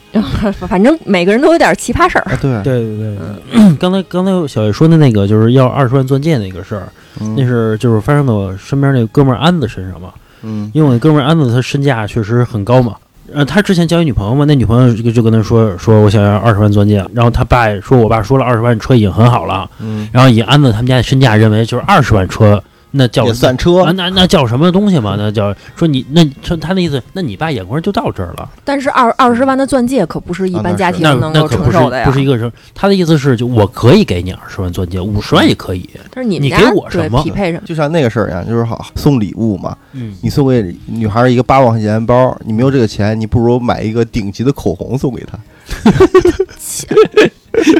Speaker 5: 反正每个人都有点奇葩事儿，
Speaker 3: 哎对，
Speaker 2: 对对对， 刚才刚才小叶说的那个就是要二十万钻戒那个事儿，
Speaker 3: 嗯
Speaker 2: 那是就是发生在我身边那个哥们儿安子身上嘛，
Speaker 3: 嗯
Speaker 2: 因为我那哥们儿安子他身价确实很高嘛。呃，他之前交一女朋友嘛，那女朋友就就跟他说说我想要二十万钻戒，然后他爸也说我爸说了二十万车已经很好了，
Speaker 3: 嗯，
Speaker 2: 然后以安子他们家的身价认为就是二十万车那叫
Speaker 3: 也算车
Speaker 2: 啊，那那叫什么东西嘛？那叫说你那说他那意思，那你爸眼光就到这儿了，
Speaker 5: 但是二二十万的钻戒可不是一
Speaker 3: 啊那
Speaker 5: 般
Speaker 3: 是
Speaker 5: 家庭
Speaker 2: 那
Speaker 5: 能
Speaker 2: 那
Speaker 5: 够
Speaker 2: 可不
Speaker 5: 承
Speaker 2: 是
Speaker 5: 受的呀
Speaker 2: 不。是一个人。他的意思是，就我可以给你二十万钻戒，五十万也可以。
Speaker 5: 但是你
Speaker 2: 你
Speaker 5: 们家
Speaker 2: 给我
Speaker 5: 对
Speaker 2: 什么
Speaker 5: 匹配什么？
Speaker 3: 就像那个事儿一样，就是好送礼物嘛，
Speaker 2: 嗯，
Speaker 3: 你送给女孩儿一个八万块钱包，你没有这个钱，你不如买一个顶级的口红送给她。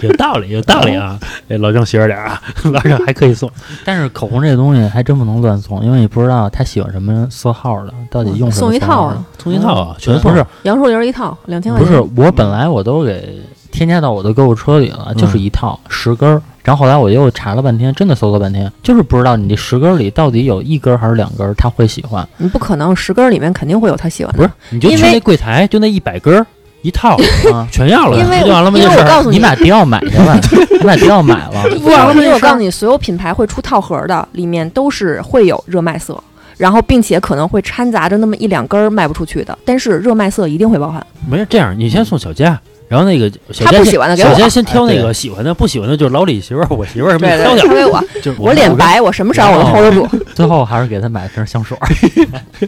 Speaker 2: 有道理，有道理啊！
Speaker 5: 哦
Speaker 2: 哎，老郑学着点儿啊， 老郑还可以送。
Speaker 4: 但是口红这东西还真不能乱送，因为你不知道他喜欢什么色号的，到底用什么
Speaker 5: 送一
Speaker 4: 色
Speaker 5: 套
Speaker 4: 号哦
Speaker 5: 啊，
Speaker 2: 送一套啊，全
Speaker 4: 的。
Speaker 2: 送
Speaker 4: 不是
Speaker 5: 杨树林一套两千块
Speaker 4: 不
Speaker 5: 钱，
Speaker 4: 是，我本来我都给添加到我的购物车里了，就是一套十根儿。然后后来我又查了半天，真的搜了半天，就是不知道你这十根儿里到底有一根儿还是两根儿他会喜 欢。
Speaker 5: 你不可能十根儿里面肯定会有他喜欢
Speaker 2: 不
Speaker 5: 的。
Speaker 2: 是，你就去
Speaker 5: 因为
Speaker 2: 那柜台，就那一百根儿一 套
Speaker 4: 啊
Speaker 2: 全要了，
Speaker 5: 因为
Speaker 2: 不就完了吗？
Speaker 5: 因
Speaker 2: 这
Speaker 5: 为
Speaker 2: 事
Speaker 5: 我
Speaker 2: 儿
Speaker 5: 告诉
Speaker 4: 你把迪奥买去 吧，你把迪奥买了，
Speaker 5: 不然
Speaker 1: 我
Speaker 5: 我
Speaker 1: 跟你
Speaker 5: 我
Speaker 1: 说
Speaker 5: 告诉你，所有品牌会出套盒的，里面都是会有热卖色，然后并且可能会掺杂着那么一两根儿卖不出去的，但是热卖色一定会包含。
Speaker 2: 没事，这样你先送小佳。然后那个小
Speaker 5: 他
Speaker 2: 佳
Speaker 5: 不
Speaker 2: 先
Speaker 5: 喜欢的给
Speaker 2: 小
Speaker 5: 我
Speaker 2: 佳先挑那
Speaker 4: 哎
Speaker 2: 个喜欢的，不喜欢的就是老李媳妇儿、我媳妇儿什么
Speaker 5: 对
Speaker 2: 的挑
Speaker 5: 对，
Speaker 2: 点
Speaker 5: 他
Speaker 2: 儿。哎
Speaker 5: 给我，
Speaker 2: 就是
Speaker 5: 我脸，白，我什么色儿我都 hold 得住。
Speaker 4: 最后还是给他买瓶香水儿。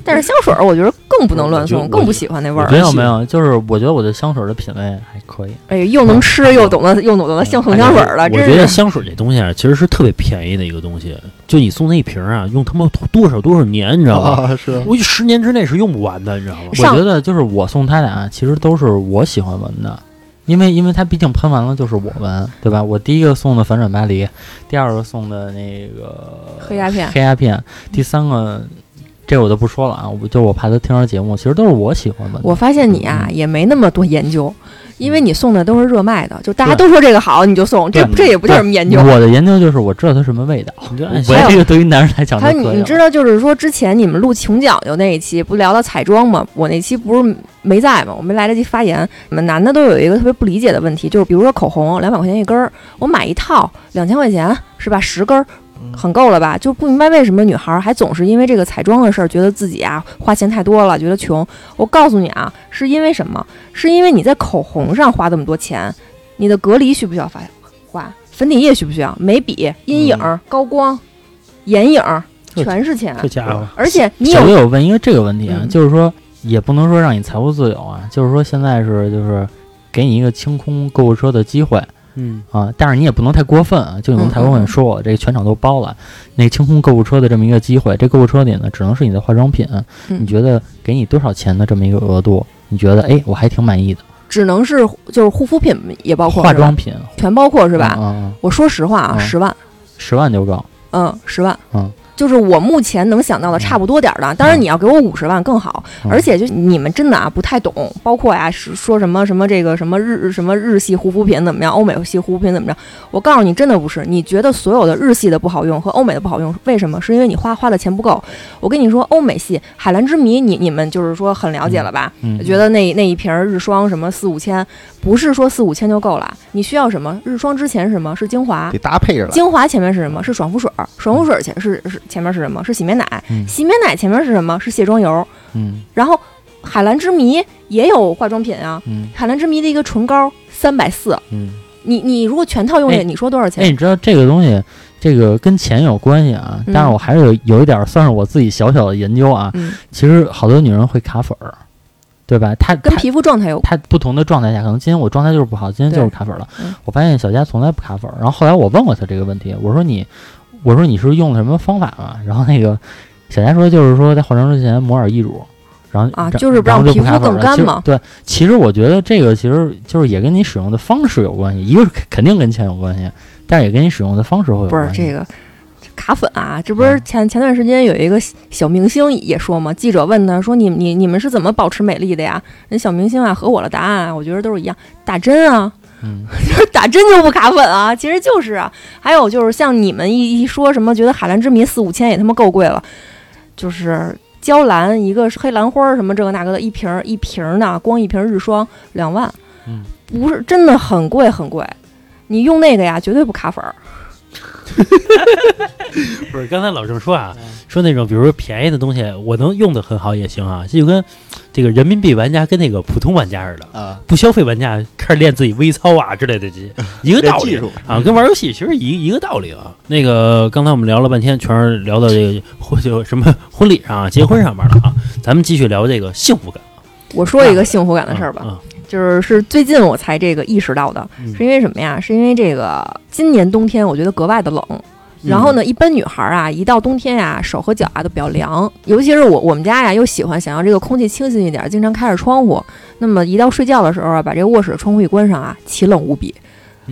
Speaker 5: 但是香水儿我觉得更不能乱
Speaker 2: 我
Speaker 5: 送，
Speaker 2: 觉
Speaker 5: 更不喜欢那味儿。
Speaker 4: 没有没有，就是我觉得我对香水儿的品味还可以。
Speaker 5: 哎，又能吃又懂得又懂得香送香水儿了，
Speaker 2: 我
Speaker 5: 真
Speaker 2: 觉得
Speaker 5: 是。
Speaker 2: 香水这东西啊，其实是特别便宜的一个东西。就你送那一瓶啊，用他妈多少多少年，你知道
Speaker 5: 哦
Speaker 2: 吗？
Speaker 3: 啊，是
Speaker 2: 我十年之内是用不完的，你知道吗？
Speaker 4: 我
Speaker 5: 上
Speaker 4: 觉得就是我送他俩，其实都是我喜欢闻的，因为因为他毕竟喷完了就是我闻，对吧？我第一个送的反转巴黎，第二个送的那个
Speaker 5: 黑鸦片
Speaker 4: 黑鸦片，第三个这我就不说了啊，我就我怕他听着节目，其实都是我喜欢闻的。
Speaker 5: 我发现你啊也没那么多研究，因为你送的都是热卖的，就大家都说这个好你就送，这
Speaker 4: 对
Speaker 5: 这也不叫什么研究。
Speaker 4: 我的研究就是我知道它什么味道，
Speaker 2: 你就
Speaker 4: 我
Speaker 2: 按
Speaker 5: 还有
Speaker 4: 这个对于男人来讲就
Speaker 5: 还
Speaker 4: 可
Speaker 5: 有你，
Speaker 4: 以
Speaker 5: 你
Speaker 4: 了。
Speaker 5: 知道，就是说之前你们录穷讲究那一期，不聊到彩妆吗？我那期不是没在吗？我没来得及发言。你们男的都有一个特别不理解的问题，就是比如说口红两百块钱一根儿，我买一套两千块钱是吧？十根儿很够了吧？就不明白为什么女孩儿还总是因为这个彩妆的事儿，觉得自己啊花钱太多了，觉得穷。我告诉你啊，是因为什么？是因为你在口红上花这么多钱，你的隔离需不需要花花？粉底液需不需要？眉笔、阴影、
Speaker 4: 嗯
Speaker 5: 高光、眼影。
Speaker 2: 这
Speaker 5: 全是钱，
Speaker 2: 这家伙，
Speaker 5: 而且你
Speaker 4: 小
Speaker 5: 有
Speaker 4: 月，我问一个这个问题啊，
Speaker 5: 嗯
Speaker 4: 就是说也不能说让你财务自由啊，就是说现在是就是给你一个清空购物车的机会，
Speaker 2: 嗯，
Speaker 4: 啊，但是你也不能太过分啊，就有
Speaker 5: 嗯
Speaker 4: 人太过
Speaker 5: 嗯嗯
Speaker 4: 分说我这个全场都包了，那清空购物车的这么一个机会，这购物车里呢只能是你的化妆品，
Speaker 5: 嗯
Speaker 4: 你觉得给你多少钱的这么一个额度，你觉得哎我还挺满意的，
Speaker 5: 只能是就是护肤品也包括
Speaker 4: 化
Speaker 5: 是吧
Speaker 4: 妆品
Speaker 5: 全包括是
Speaker 4: 是
Speaker 5: 吧？
Speaker 4: 嗯，
Speaker 5: 我说实话啊，
Speaker 4: 嗯
Speaker 5: 十万，
Speaker 4: 十万就够，
Speaker 5: 嗯，十万，
Speaker 4: 嗯。
Speaker 5: 就是我目前能想到的差不多点儿的，当然你要给我五十万更好。
Speaker 4: 嗯
Speaker 5: 而且就你们真的啊不太懂，包括呀、是说什么什么这个什么日什么日系护肤品怎么样，欧美系护肤品怎么样？我告诉你，真的不是。你觉得所有的日系的不好用和欧美的不好用，为什么？是因为你花花的钱不够。我跟你说，欧美系海蓝之谜，你你们就是说很了解了吧？
Speaker 4: 嗯，
Speaker 5: 觉得那那一瓶日霜什么四五千，不是说四五千就够了，你需要什么？日霜之前是什么？是精华
Speaker 3: 得，搭配着来。
Speaker 5: 精华前面是什么？是爽肤水儿，爽肤水儿前是是前面是什么？是洗面奶，
Speaker 4: 嗯
Speaker 5: 洗面奶前面是什么？是卸妆油。
Speaker 4: 嗯
Speaker 5: 然后海蓝之谜也有化妆品啊，
Speaker 4: 嗯
Speaker 5: 海蓝之谜的一个唇膏三百四，
Speaker 4: 嗯，
Speaker 5: 你你如果全套用
Speaker 4: 哎
Speaker 5: 进，你说多少
Speaker 4: 哎，
Speaker 5: 钱？
Speaker 4: 你知道这个东西，这个跟钱有关系啊，但是
Speaker 5: 嗯
Speaker 4: 我还是有有一点儿算是我自己小小的研究啊，
Speaker 5: 嗯，
Speaker 4: 其实好多女人会卡粉儿，对吧？她
Speaker 5: 跟
Speaker 4: 她
Speaker 5: 皮肤状态有关。
Speaker 4: 他不同的状态下，可能今天我状态就是不好，今天就是
Speaker 5: 对
Speaker 4: 卡粉了。
Speaker 5: 嗯
Speaker 4: 我发现小佳从来不卡粉，然后后来我问过他这个问题，我说你，我说你是用的什么方法嘛？然后那个小佳说就是说在化妆之前抹点易乳，然后
Speaker 5: 啊
Speaker 4: 然
Speaker 5: 就是不
Speaker 4: 然后
Speaker 5: 让
Speaker 4: 就
Speaker 5: 皮
Speaker 4: 不卡
Speaker 5: 肤
Speaker 4: 粉
Speaker 5: 更
Speaker 4: 了
Speaker 5: 干
Speaker 4: 其实
Speaker 5: 嘛
Speaker 4: 对，其实我觉得这个其实就是也跟你使用的方式有关系，一个是肯肯定跟钱有关系，但是也跟你使用的方式会有
Speaker 5: 不是
Speaker 4: 关系。
Speaker 5: 这个卡粉啊，这不是前前段时间有一个小明星也说嘛，记者问他说你你你们是怎么保持美丽的呀？人小明星啊和我的答案啊，我觉得都是一样，打针啊，
Speaker 4: 嗯，
Speaker 5: 打针就不卡粉啊？其实就是啊。还有就是像你们一一说什么，觉得海蓝之谜四五千也他妈够贵了，就是娇兰一个黑兰花儿什么这个那个的，一瓶儿一瓶儿呢，光一瓶儿日霜两万，
Speaker 4: 嗯
Speaker 5: 不是真的很贵很贵。你用那个呀，绝对不卡粉儿。
Speaker 2: 不是，刚才老郑说啊，
Speaker 3: 嗯
Speaker 2: 说那种比如说便宜的东西，我能用的很好也行啊，这就跟这个人民币玩家跟那个普通玩家似的，
Speaker 3: 啊，
Speaker 2: 不消费玩家开始练自己微操啊之类的这 些一个道
Speaker 3: 这技
Speaker 2: 理
Speaker 3: 术
Speaker 2: 啊，跟玩游戏其实一一个道理啊。那个刚才我们聊了半天，全是聊到这个 婚就什么婚礼上、啊、结婚上面 了啊，咱们继续聊这个幸福感
Speaker 5: 我说一个幸福感的事儿吧，
Speaker 2: 啊
Speaker 5: 就是是最近我才这个意识到的，
Speaker 2: 嗯
Speaker 5: 是因为什么呀？是因为这个今年冬天我觉得格外的冷。
Speaker 2: 嗯
Speaker 5: 然后呢，一般女孩儿啊，一到冬天呀、手和脚啊都比较凉，尤其是我我们家呀，又喜欢想要这个空气清新一点，经常开着窗户。那么一到睡觉的时候啊，把这个卧室的窗户一关上啊，奇冷无比。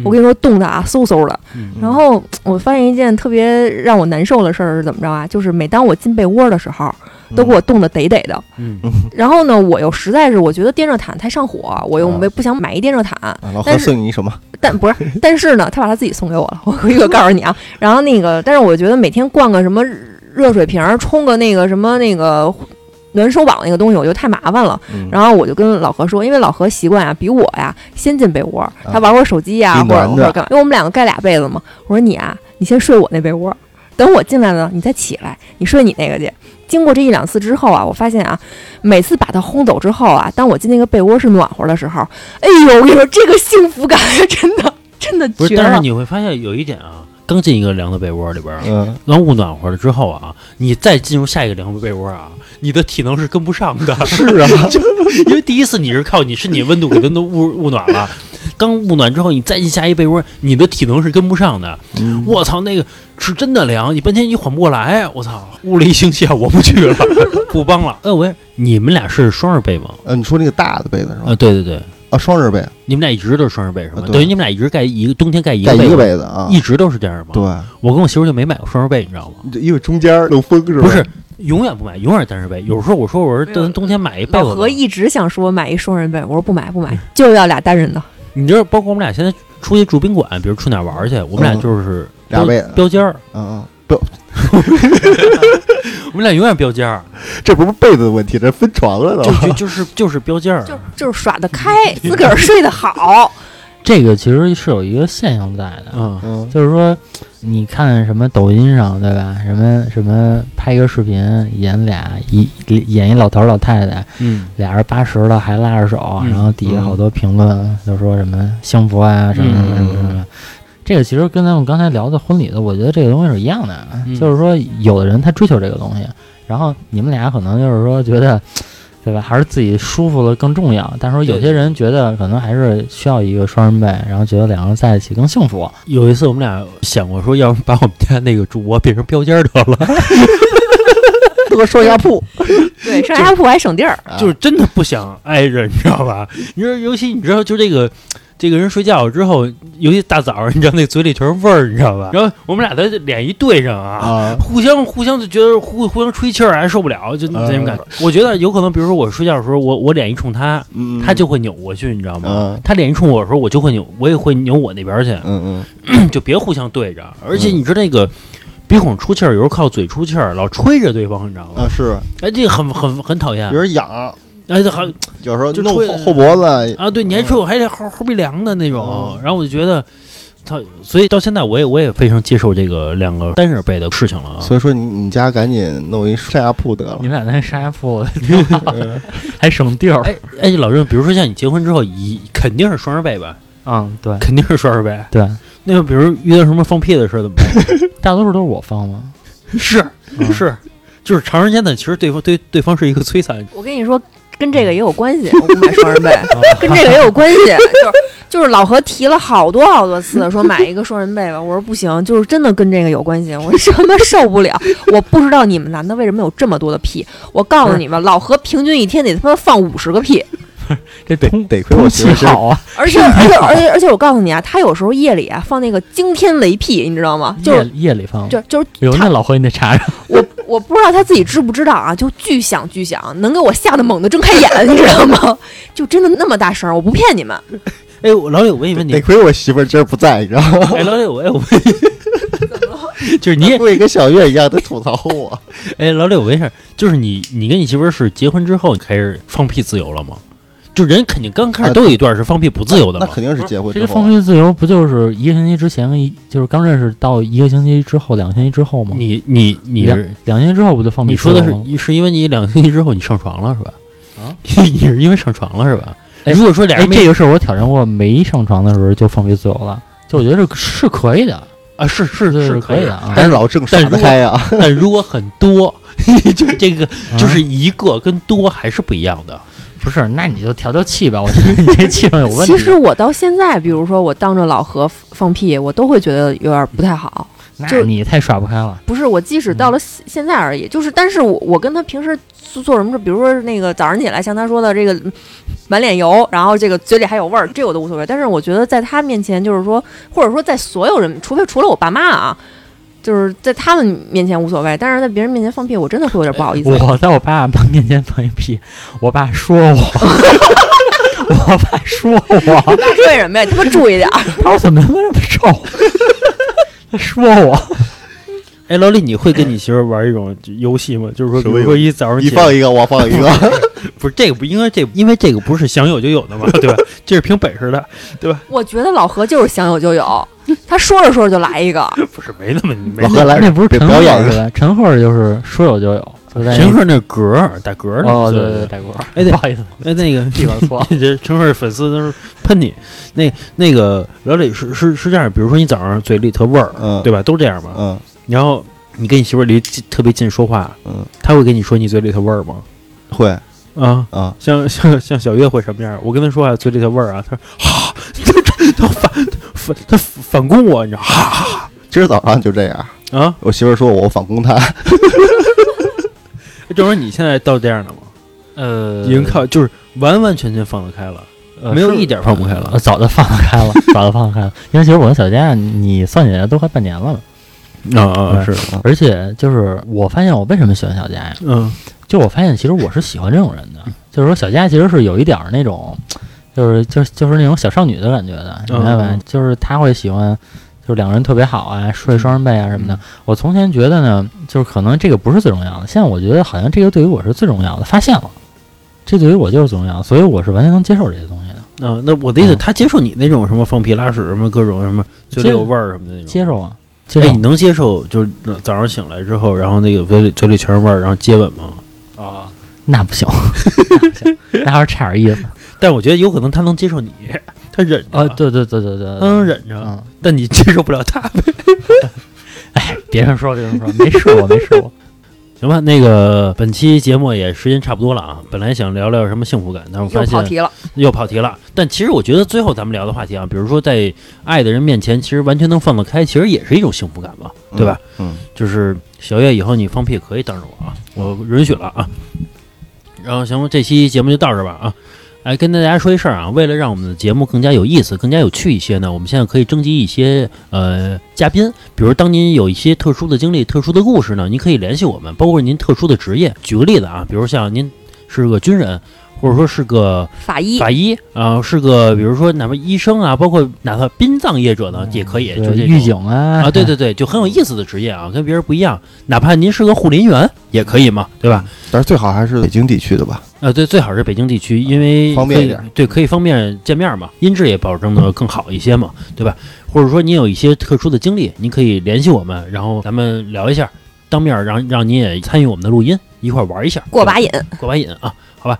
Speaker 5: 我跟你说，冻的啊，嗖嗖的。
Speaker 2: 嗯
Speaker 5: 然后我发现一件特别让我难受的事儿是怎么着啊？就是每当我进被窝的时候，都给我冻得得得的。
Speaker 2: 嗯
Speaker 5: 然后呢，我又实在是我觉得电热毯太上火，我又没不想买一电热毯，
Speaker 3: 啊老
Speaker 5: 但
Speaker 3: 何
Speaker 5: 是
Speaker 3: 送你什么？
Speaker 5: 但不是， 但是呢，他把他自己送给我了，我一个告诉你啊。然后那个，但是我觉得每天灌个什么热水瓶儿，冲个那个什么那个暖手宝那个东西，我觉得太麻烦了。
Speaker 3: 嗯
Speaker 5: 然后我就跟老何说，因为老何习惯啊，比我呀先进被窝，他玩会儿手机呀、
Speaker 3: 啊
Speaker 5: 或者
Speaker 3: 比暖
Speaker 5: 或
Speaker 3: 的
Speaker 5: 者干嘛，因为我们两个盖俩被子嘛。我说你啊，你先睡我那被窝，等我进来了你再起来，你睡你那个去。经过这一两次之后啊，我发现啊，每次把他轰走之后啊，当我进那个被窝是暖和的时候，哎呦，我跟你说，这个幸福感啊真的真的
Speaker 2: 不是，
Speaker 5: 绝
Speaker 2: 但是
Speaker 3: 啊
Speaker 5: 了。
Speaker 2: 你会发现有一点啊，刚进一个凉的被窝里边儿，啊
Speaker 3: 嗯，
Speaker 2: 刚捂暖和了之后啊，你再进入下一个凉被窝啊，你的体能是跟不上的。 是啊，因为第一次你是靠你身体温度给它都捂捂暖了，刚捂暖之后，你再进下一被窝，你的体能是跟不上的。
Speaker 3: 嗯
Speaker 2: 我操，那个是真的凉，你半天你缓不过来。啊我操，捂了一星期啊，我不去了， 不帮了。哎，喂，你们俩是双人被吗？
Speaker 3: 呃，你说那个大的被子是吧？
Speaker 2: 啊，对对对，
Speaker 3: 啊，双人被，
Speaker 2: 你们俩一直都是双人被是吗
Speaker 3: 啊？对
Speaker 2: 等于你们俩一直盖一个冬天盖一
Speaker 3: 盖
Speaker 2: 个
Speaker 3: 一个
Speaker 2: 被
Speaker 3: 被子啊
Speaker 2: 子，，一直都是这样吗？
Speaker 3: 对，
Speaker 2: 我跟我媳妇就没买过双人被，你知道吗？
Speaker 3: 你这因为中间漏风是吧？
Speaker 2: 不是，永远不买，永远单人被。有时候我说我是
Speaker 5: 没有
Speaker 2: 冬冬天买一被
Speaker 5: 老
Speaker 2: 子吧嗯
Speaker 5: 何，一直想说买一双人被，我说不买不买，就要俩单人的。
Speaker 2: 你知道，包括我们俩现在出去住宾馆，比如去哪儿玩儿去，我们俩
Speaker 3: 嗯
Speaker 2: 就是
Speaker 3: 俩
Speaker 2: 标
Speaker 3: 被子
Speaker 2: 标间儿，
Speaker 3: 嗯，嗯，不，
Speaker 2: 我们俩永远标间儿，
Speaker 3: 这不是被子的问题，这分床了
Speaker 2: 就
Speaker 3: 都。
Speaker 2: 就就是就是标间儿。
Speaker 5: 就就是耍得开，自个儿睡得好。
Speaker 4: 这个其实是有一个现象在的，
Speaker 2: 嗯，
Speaker 3: 嗯，
Speaker 4: 就是说，你看什么抖音上对吧？什么什么拍一个视频演俩一演一老头儿老太太，
Speaker 2: 嗯
Speaker 4: 俩人八十了还拉着手，
Speaker 2: 嗯嗯
Speaker 4: 然后底下好多评论都说什么幸福啊什么什么什么什么。这个其实跟咱们刚才聊的婚礼的，我觉得这个东西是一样的啊，
Speaker 2: 嗯
Speaker 4: 就是说有的人他追求这个东西，然后你们俩可能就是说觉得，对吧？还是自己舒服了更重要。但是有些人觉得可能还是需要一个双人被，然后觉得两个人在一起更幸福。
Speaker 2: 有一次我们俩想过说，要不把我们家那个主卧变成标间儿得了，
Speaker 3: 得双压铺，
Speaker 5: 对，上下铺还省地儿。
Speaker 3: 啊
Speaker 2: 就是真的不想挨着，你知道吧？你说，尤其你知道，就这个。这个人睡觉之后，尤其大早上，你知道那嘴里全是味儿，你知
Speaker 3: 嗯
Speaker 2: 道吧？然后我们俩的脸一对上啊，
Speaker 3: 啊，
Speaker 2: 互相互相就觉得互互相吹气儿还受不了，就那种感觉。我觉得有可能，比如说我睡觉的时候，我我脸一冲他，
Speaker 3: 嗯
Speaker 2: 他就会扭过去，你知道吗？
Speaker 3: 嗯
Speaker 2: 他脸一冲我的时候，我就会扭，我也会扭我那边去，
Speaker 3: 嗯
Speaker 2: 就别互相对着。而且你知道那个鼻孔出气儿，有时候靠嘴出气儿，老吹着对方，你知道
Speaker 3: 嗯，
Speaker 2: 吗
Speaker 3: 啊？是，
Speaker 2: 哎，这个很很很讨厌
Speaker 3: 有。人痒，
Speaker 2: 哎，这还
Speaker 3: 有时候
Speaker 2: 就
Speaker 3: 弄
Speaker 2: 吹
Speaker 3: 后后脖子，
Speaker 2: 啊，对，你还吹我还得后后鼻梁的那种
Speaker 3: 嗯，
Speaker 2: 然后我就觉得。他，所以到现在我也我也非常接受这个两个单人被的事情了啊。
Speaker 3: 所以说你你家赶紧弄一上下铺得了
Speaker 4: 你。们俩在沙发铺 还省地儿，
Speaker 2: 哎哎，老郑，比如说像你结婚之后，一肯定是双人被吧？
Speaker 4: 嗯，对
Speaker 2: 肯定是双人被。
Speaker 4: 对，
Speaker 2: 那个，比如遇到什么放屁的事儿怎么办？嗯
Speaker 4: 大多数都是我方嘛。
Speaker 2: 是
Speaker 4: 嗯
Speaker 2: 是，就是长时间的，其实对方对对方是一个摧残。
Speaker 5: 我跟你说，跟这个也有关
Speaker 4: 嗯
Speaker 5: 系，我不买双人被， 跟这个也有关系，就是。就是老何提了好多好多次，说买一个双人被吧。我说不行，就是真的跟这个有关系，我什么受不了。我不知道你们男的为什么有这么多的屁。我告诉你
Speaker 4: 嗯
Speaker 5: 们，老何平均一天得他妈放五十个屁，
Speaker 4: 这
Speaker 3: 得
Speaker 4: 通
Speaker 3: 得亏我
Speaker 4: 通
Speaker 3: 媳
Speaker 4: 气
Speaker 3: 妇是
Speaker 4: 好啊，
Speaker 5: 而且而且而且而且我告诉你啊，他有时候夜里啊放那个惊天雷屁，你知道吗？就是
Speaker 4: 夜夜里方。
Speaker 5: 就就是
Speaker 4: 有
Speaker 5: 他
Speaker 4: 那老何，你得查查。
Speaker 5: 我我不知道他自己知不知道啊，就巨响巨响，能给我吓得猛地睁开眼，你知道吗？就真的那么大声，我不骗你们。
Speaker 2: 哎，我老李，我问一问你
Speaker 3: 得，亏我媳妇儿今儿不在，你知道吗？
Speaker 2: 哎，老李，我哎我问你， 就是你也
Speaker 3: 会跟小月一样的吐槽我。
Speaker 2: 哎，老李，我问一下，就是你你跟你媳妇儿是结婚之后开始放屁自由了吗？就人肯定刚开始
Speaker 3: 啊
Speaker 2: 都有一段是放屁不 自由的
Speaker 3: 那
Speaker 2: 嘛，
Speaker 3: 肯定是结婚
Speaker 4: 这
Speaker 3: 之
Speaker 4: 个
Speaker 3: 后
Speaker 4: 放
Speaker 3: 啊。
Speaker 4: 飞自由不就是一个星期之前，一就是刚认识到一个星期之后，两个星期之后吗？
Speaker 2: 你你你
Speaker 4: 两
Speaker 2: 是
Speaker 4: 两星期之后不就放屁
Speaker 2: 你
Speaker 4: 自
Speaker 2: 说
Speaker 4: 由了
Speaker 2: 的
Speaker 4: 吗？
Speaker 2: 是你是因为你两个星期之后你上床了是吧？
Speaker 4: 啊，
Speaker 2: 你是因为上床了是吧？
Speaker 4: 哎
Speaker 2: 如果说俩
Speaker 4: 哎，
Speaker 2: 人没、
Speaker 4: 这个事儿我挑战过，没上床的时候就放飞自由了，就我觉得是是可以的，
Speaker 2: 啊是是
Speaker 4: 是
Speaker 2: 是
Speaker 4: 可以的
Speaker 2: 的，
Speaker 4: 啊
Speaker 3: 但是老郑
Speaker 2: 但
Speaker 3: 耍得
Speaker 2: 如果
Speaker 3: 开啊，
Speaker 2: 但如果很多， 就是这个就
Speaker 4: 啊
Speaker 2: 是一个跟多还是不一样的。
Speaker 4: 不是？那你就调调气吧，我觉得你这气氛有问题。
Speaker 5: 其实我到现在，比如说我当着老何放屁，我都会觉得有点不太好。
Speaker 4: 那
Speaker 5: 就
Speaker 4: 你太耍不开了。
Speaker 5: 不是我，即使到了现现在而已，就是，但是我我跟他平时做做什么事，比如说那个早上起来，像他说的这个嗯满脸油，然后这个嘴里还有味儿，这我都无所谓。但是我觉得在他面前，就是说，或者说在所有人，除非除了我爸妈啊，就是在他们面前无所谓，但是在别人面前放屁，我真的会有点不好意思。
Speaker 4: 我在我爸爸面前放一屁，我爸说我， 我爸说我，
Speaker 5: 对什么呀？你他妈注意点儿。
Speaker 4: 他说怎么那么臭？ 他说我，
Speaker 2: 哎，老李，你会跟你媳妇儿玩一种游戏吗？就是说，
Speaker 3: 什
Speaker 2: 比
Speaker 3: 么
Speaker 2: 如说一早上
Speaker 3: 你
Speaker 2: 起来
Speaker 3: 放一个，我放一个，
Speaker 2: 不是这个不应该这个因为这个不是想有就有的嘛，对 吧？这是凭本事的，
Speaker 5: 我觉得老何就是想有就有，他说着说着就来一个。
Speaker 2: 不是没 那么没
Speaker 3: 老何来
Speaker 4: 那不是
Speaker 3: 别
Speaker 4: 陈
Speaker 3: 表
Speaker 4: 赫
Speaker 3: 演
Speaker 4: 儿
Speaker 3: 了
Speaker 4: 的，陈赫儿就是说有就有，就在
Speaker 2: 陈
Speaker 4: 那
Speaker 2: 赫那嗝儿打嗝儿呢
Speaker 4: 哦，对对对，，大哥，
Speaker 2: 哎对
Speaker 4: 不好意思，
Speaker 2: 哎那个
Speaker 4: 地方 错了。
Speaker 2: 你这陈赫粉丝都是喷你，那那个老李是是是这样，比如说你早上嘴里特味儿，
Speaker 3: 嗯
Speaker 2: 对吧？都这样吧。
Speaker 3: 嗯，
Speaker 2: 然后你跟你媳妇儿离近特别近说话，
Speaker 3: 嗯，
Speaker 2: 她会跟你说你嘴里头味儿吗？
Speaker 3: 会
Speaker 2: 啊，
Speaker 3: 啊，
Speaker 2: 像像像小月会什么样？我跟她说话嘴里头味儿啊，她说哈， 她她反反她反攻我，你知道哈
Speaker 3: 今儿早上就这样。
Speaker 2: 啊？
Speaker 3: 我媳妇儿说我反攻她，
Speaker 2: 郑哎说你现在到这样了吗？
Speaker 4: 呃
Speaker 2: 已经靠就是完完全全放得开了，没有一点放不开了
Speaker 4: 呃，早就放得开了，早就放得开了。因为其实我跟小佳，你算起来都快半年了，
Speaker 2: 啊啊
Speaker 4: 是
Speaker 2: 是，
Speaker 3: 嗯
Speaker 4: 而且就是我发现我为什么喜欢小啊佳呀？
Speaker 2: 嗯
Speaker 4: 就我发现其实我是喜欢这种人的，就是说小佳其实是有一点儿那种，就是就是就是那种小少女的感觉的，你明白吧
Speaker 2: 嗯？
Speaker 4: 就是她会喜欢。就是两个人特别好啊，睡双人被啊什么的
Speaker 2: 嗯。
Speaker 4: 我从前觉得呢，就是可能这个不是最重要的，现在我觉得好像这个对于我是最重要的，发现了，这对于我就是最重要的，所以我是完全能接受这些东西的，
Speaker 2: 啊，那我的意思，
Speaker 4: 嗯
Speaker 2: 她接受你那种什么放屁拉屎什么各种什么嘴里有味儿什么的那种
Speaker 4: 接。受啊，接
Speaker 2: 哎，
Speaker 4: 受
Speaker 2: 你。能接受就是早上醒来之后，然后那个嘴里嘴里全是味儿，然后接吻吗？
Speaker 4: 啊，那不行， 那不行，那还是差点 意思
Speaker 2: 但我觉得有可能他能接受你， 他忍着
Speaker 4: 啊！，对对对对对，
Speaker 2: 他能忍着，
Speaker 4: 嗯，
Speaker 2: 但你接受不了他。
Speaker 4: 哎，别人说别人说，没试过没试过，
Speaker 2: 行吧，那个本期节目也时间差不多了啊，本来想聊聊什么幸福感，但是我
Speaker 5: 又
Speaker 2: 发
Speaker 5: 跑
Speaker 2: 现
Speaker 5: 题了，
Speaker 2: 又跑题了。但其实我觉得最后咱们聊的话题啊，比如说在爱的人面前，其实完全能放得开，其实也是一种幸福感嘛，对吧？
Speaker 3: 嗯，
Speaker 2: 就是小月以后你放屁可以当着我啊，我允许了啊。然后行，这期节目就到这儿吧啊。哎，跟大家说一事儿啊，为了让我们的节目更加有意思、更加有趣一些呢，我们现在可以征集一些呃嘉宾，比如当您有一些特殊的经历、特殊的故事呢，您可以联系我们，包括您特殊的职业。举个例子啊，比如像您是个军人，或者说是个
Speaker 5: 法医
Speaker 2: 法医啊、是个比如说哪怕医生啊，包括哪怕殡葬业者呢， 也可以，就
Speaker 4: 嗯对
Speaker 2: 这
Speaker 4: 预
Speaker 2: 种
Speaker 4: 警啊
Speaker 2: 啊，对对对，就很有意思的职业啊，跟别人不一样。哪怕您是个护林员也可以嘛，对吧？
Speaker 3: 嗯但是最好还是北京地区的吧。
Speaker 2: 呃，对，最好是北京地区，因为
Speaker 3: 方便
Speaker 2: 可以
Speaker 3: 一点
Speaker 2: 对，可以方便见面嘛，音质也保证的更好一些嘛，对吧？或者说您有一些特殊的经历，您可以联系我们，然后咱们聊一下，当面让让您也参与我们的录音，一块儿玩一下，
Speaker 5: 过
Speaker 2: 对吧
Speaker 5: 把瘾。
Speaker 2: 过把瘾啊，好吧。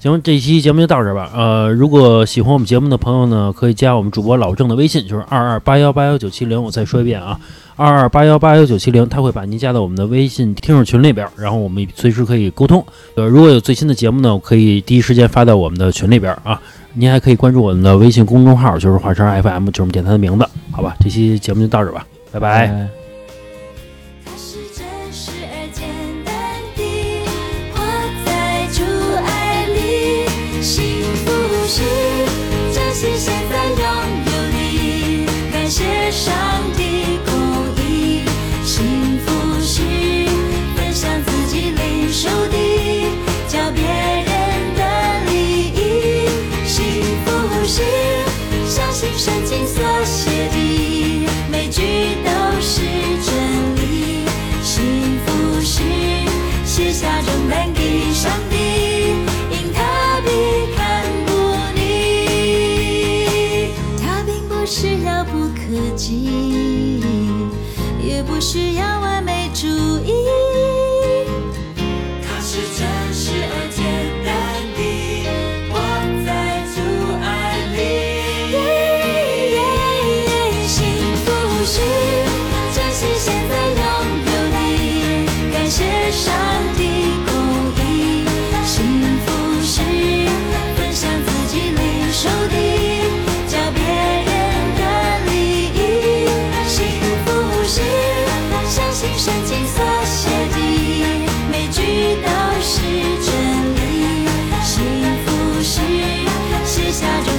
Speaker 2: 行，这期节目就到这儿吧。呃，如果喜欢我们节目的朋友呢，可以加我们主播老郑的微信，就是二二八幺八幺九七零。我再说一遍啊，二二八幺八幺九七零，他会把您加到我们的微信听众群里边儿，然后我们随时可以沟通。呃，如果有最新的节目呢，可以第一时间发到我们的群里边儿啊。您还可以关注我们的微信公众号，就是华声 FM，就是我们电台的名字，好吧？这期节目就到这儿吧，拜拜。
Speaker 4: 哎
Speaker 1: 它是真实而简单的，活在主爱里，幸福是真心现在拥有你，感谢上帝公义，幸福是分享自己领受的，教别人的利益，幸福是。不可及，也不需要完美主义。
Speaker 6: 它是真实而简单的，活在阻碍里。
Speaker 1: 幸福无需，珍惜现在拥有的，感谢上帝供应。幸福是分享自己领受的，教别人的利益。幸福无需，相信圣经所写的，每句都是真理。幸福是是笑着。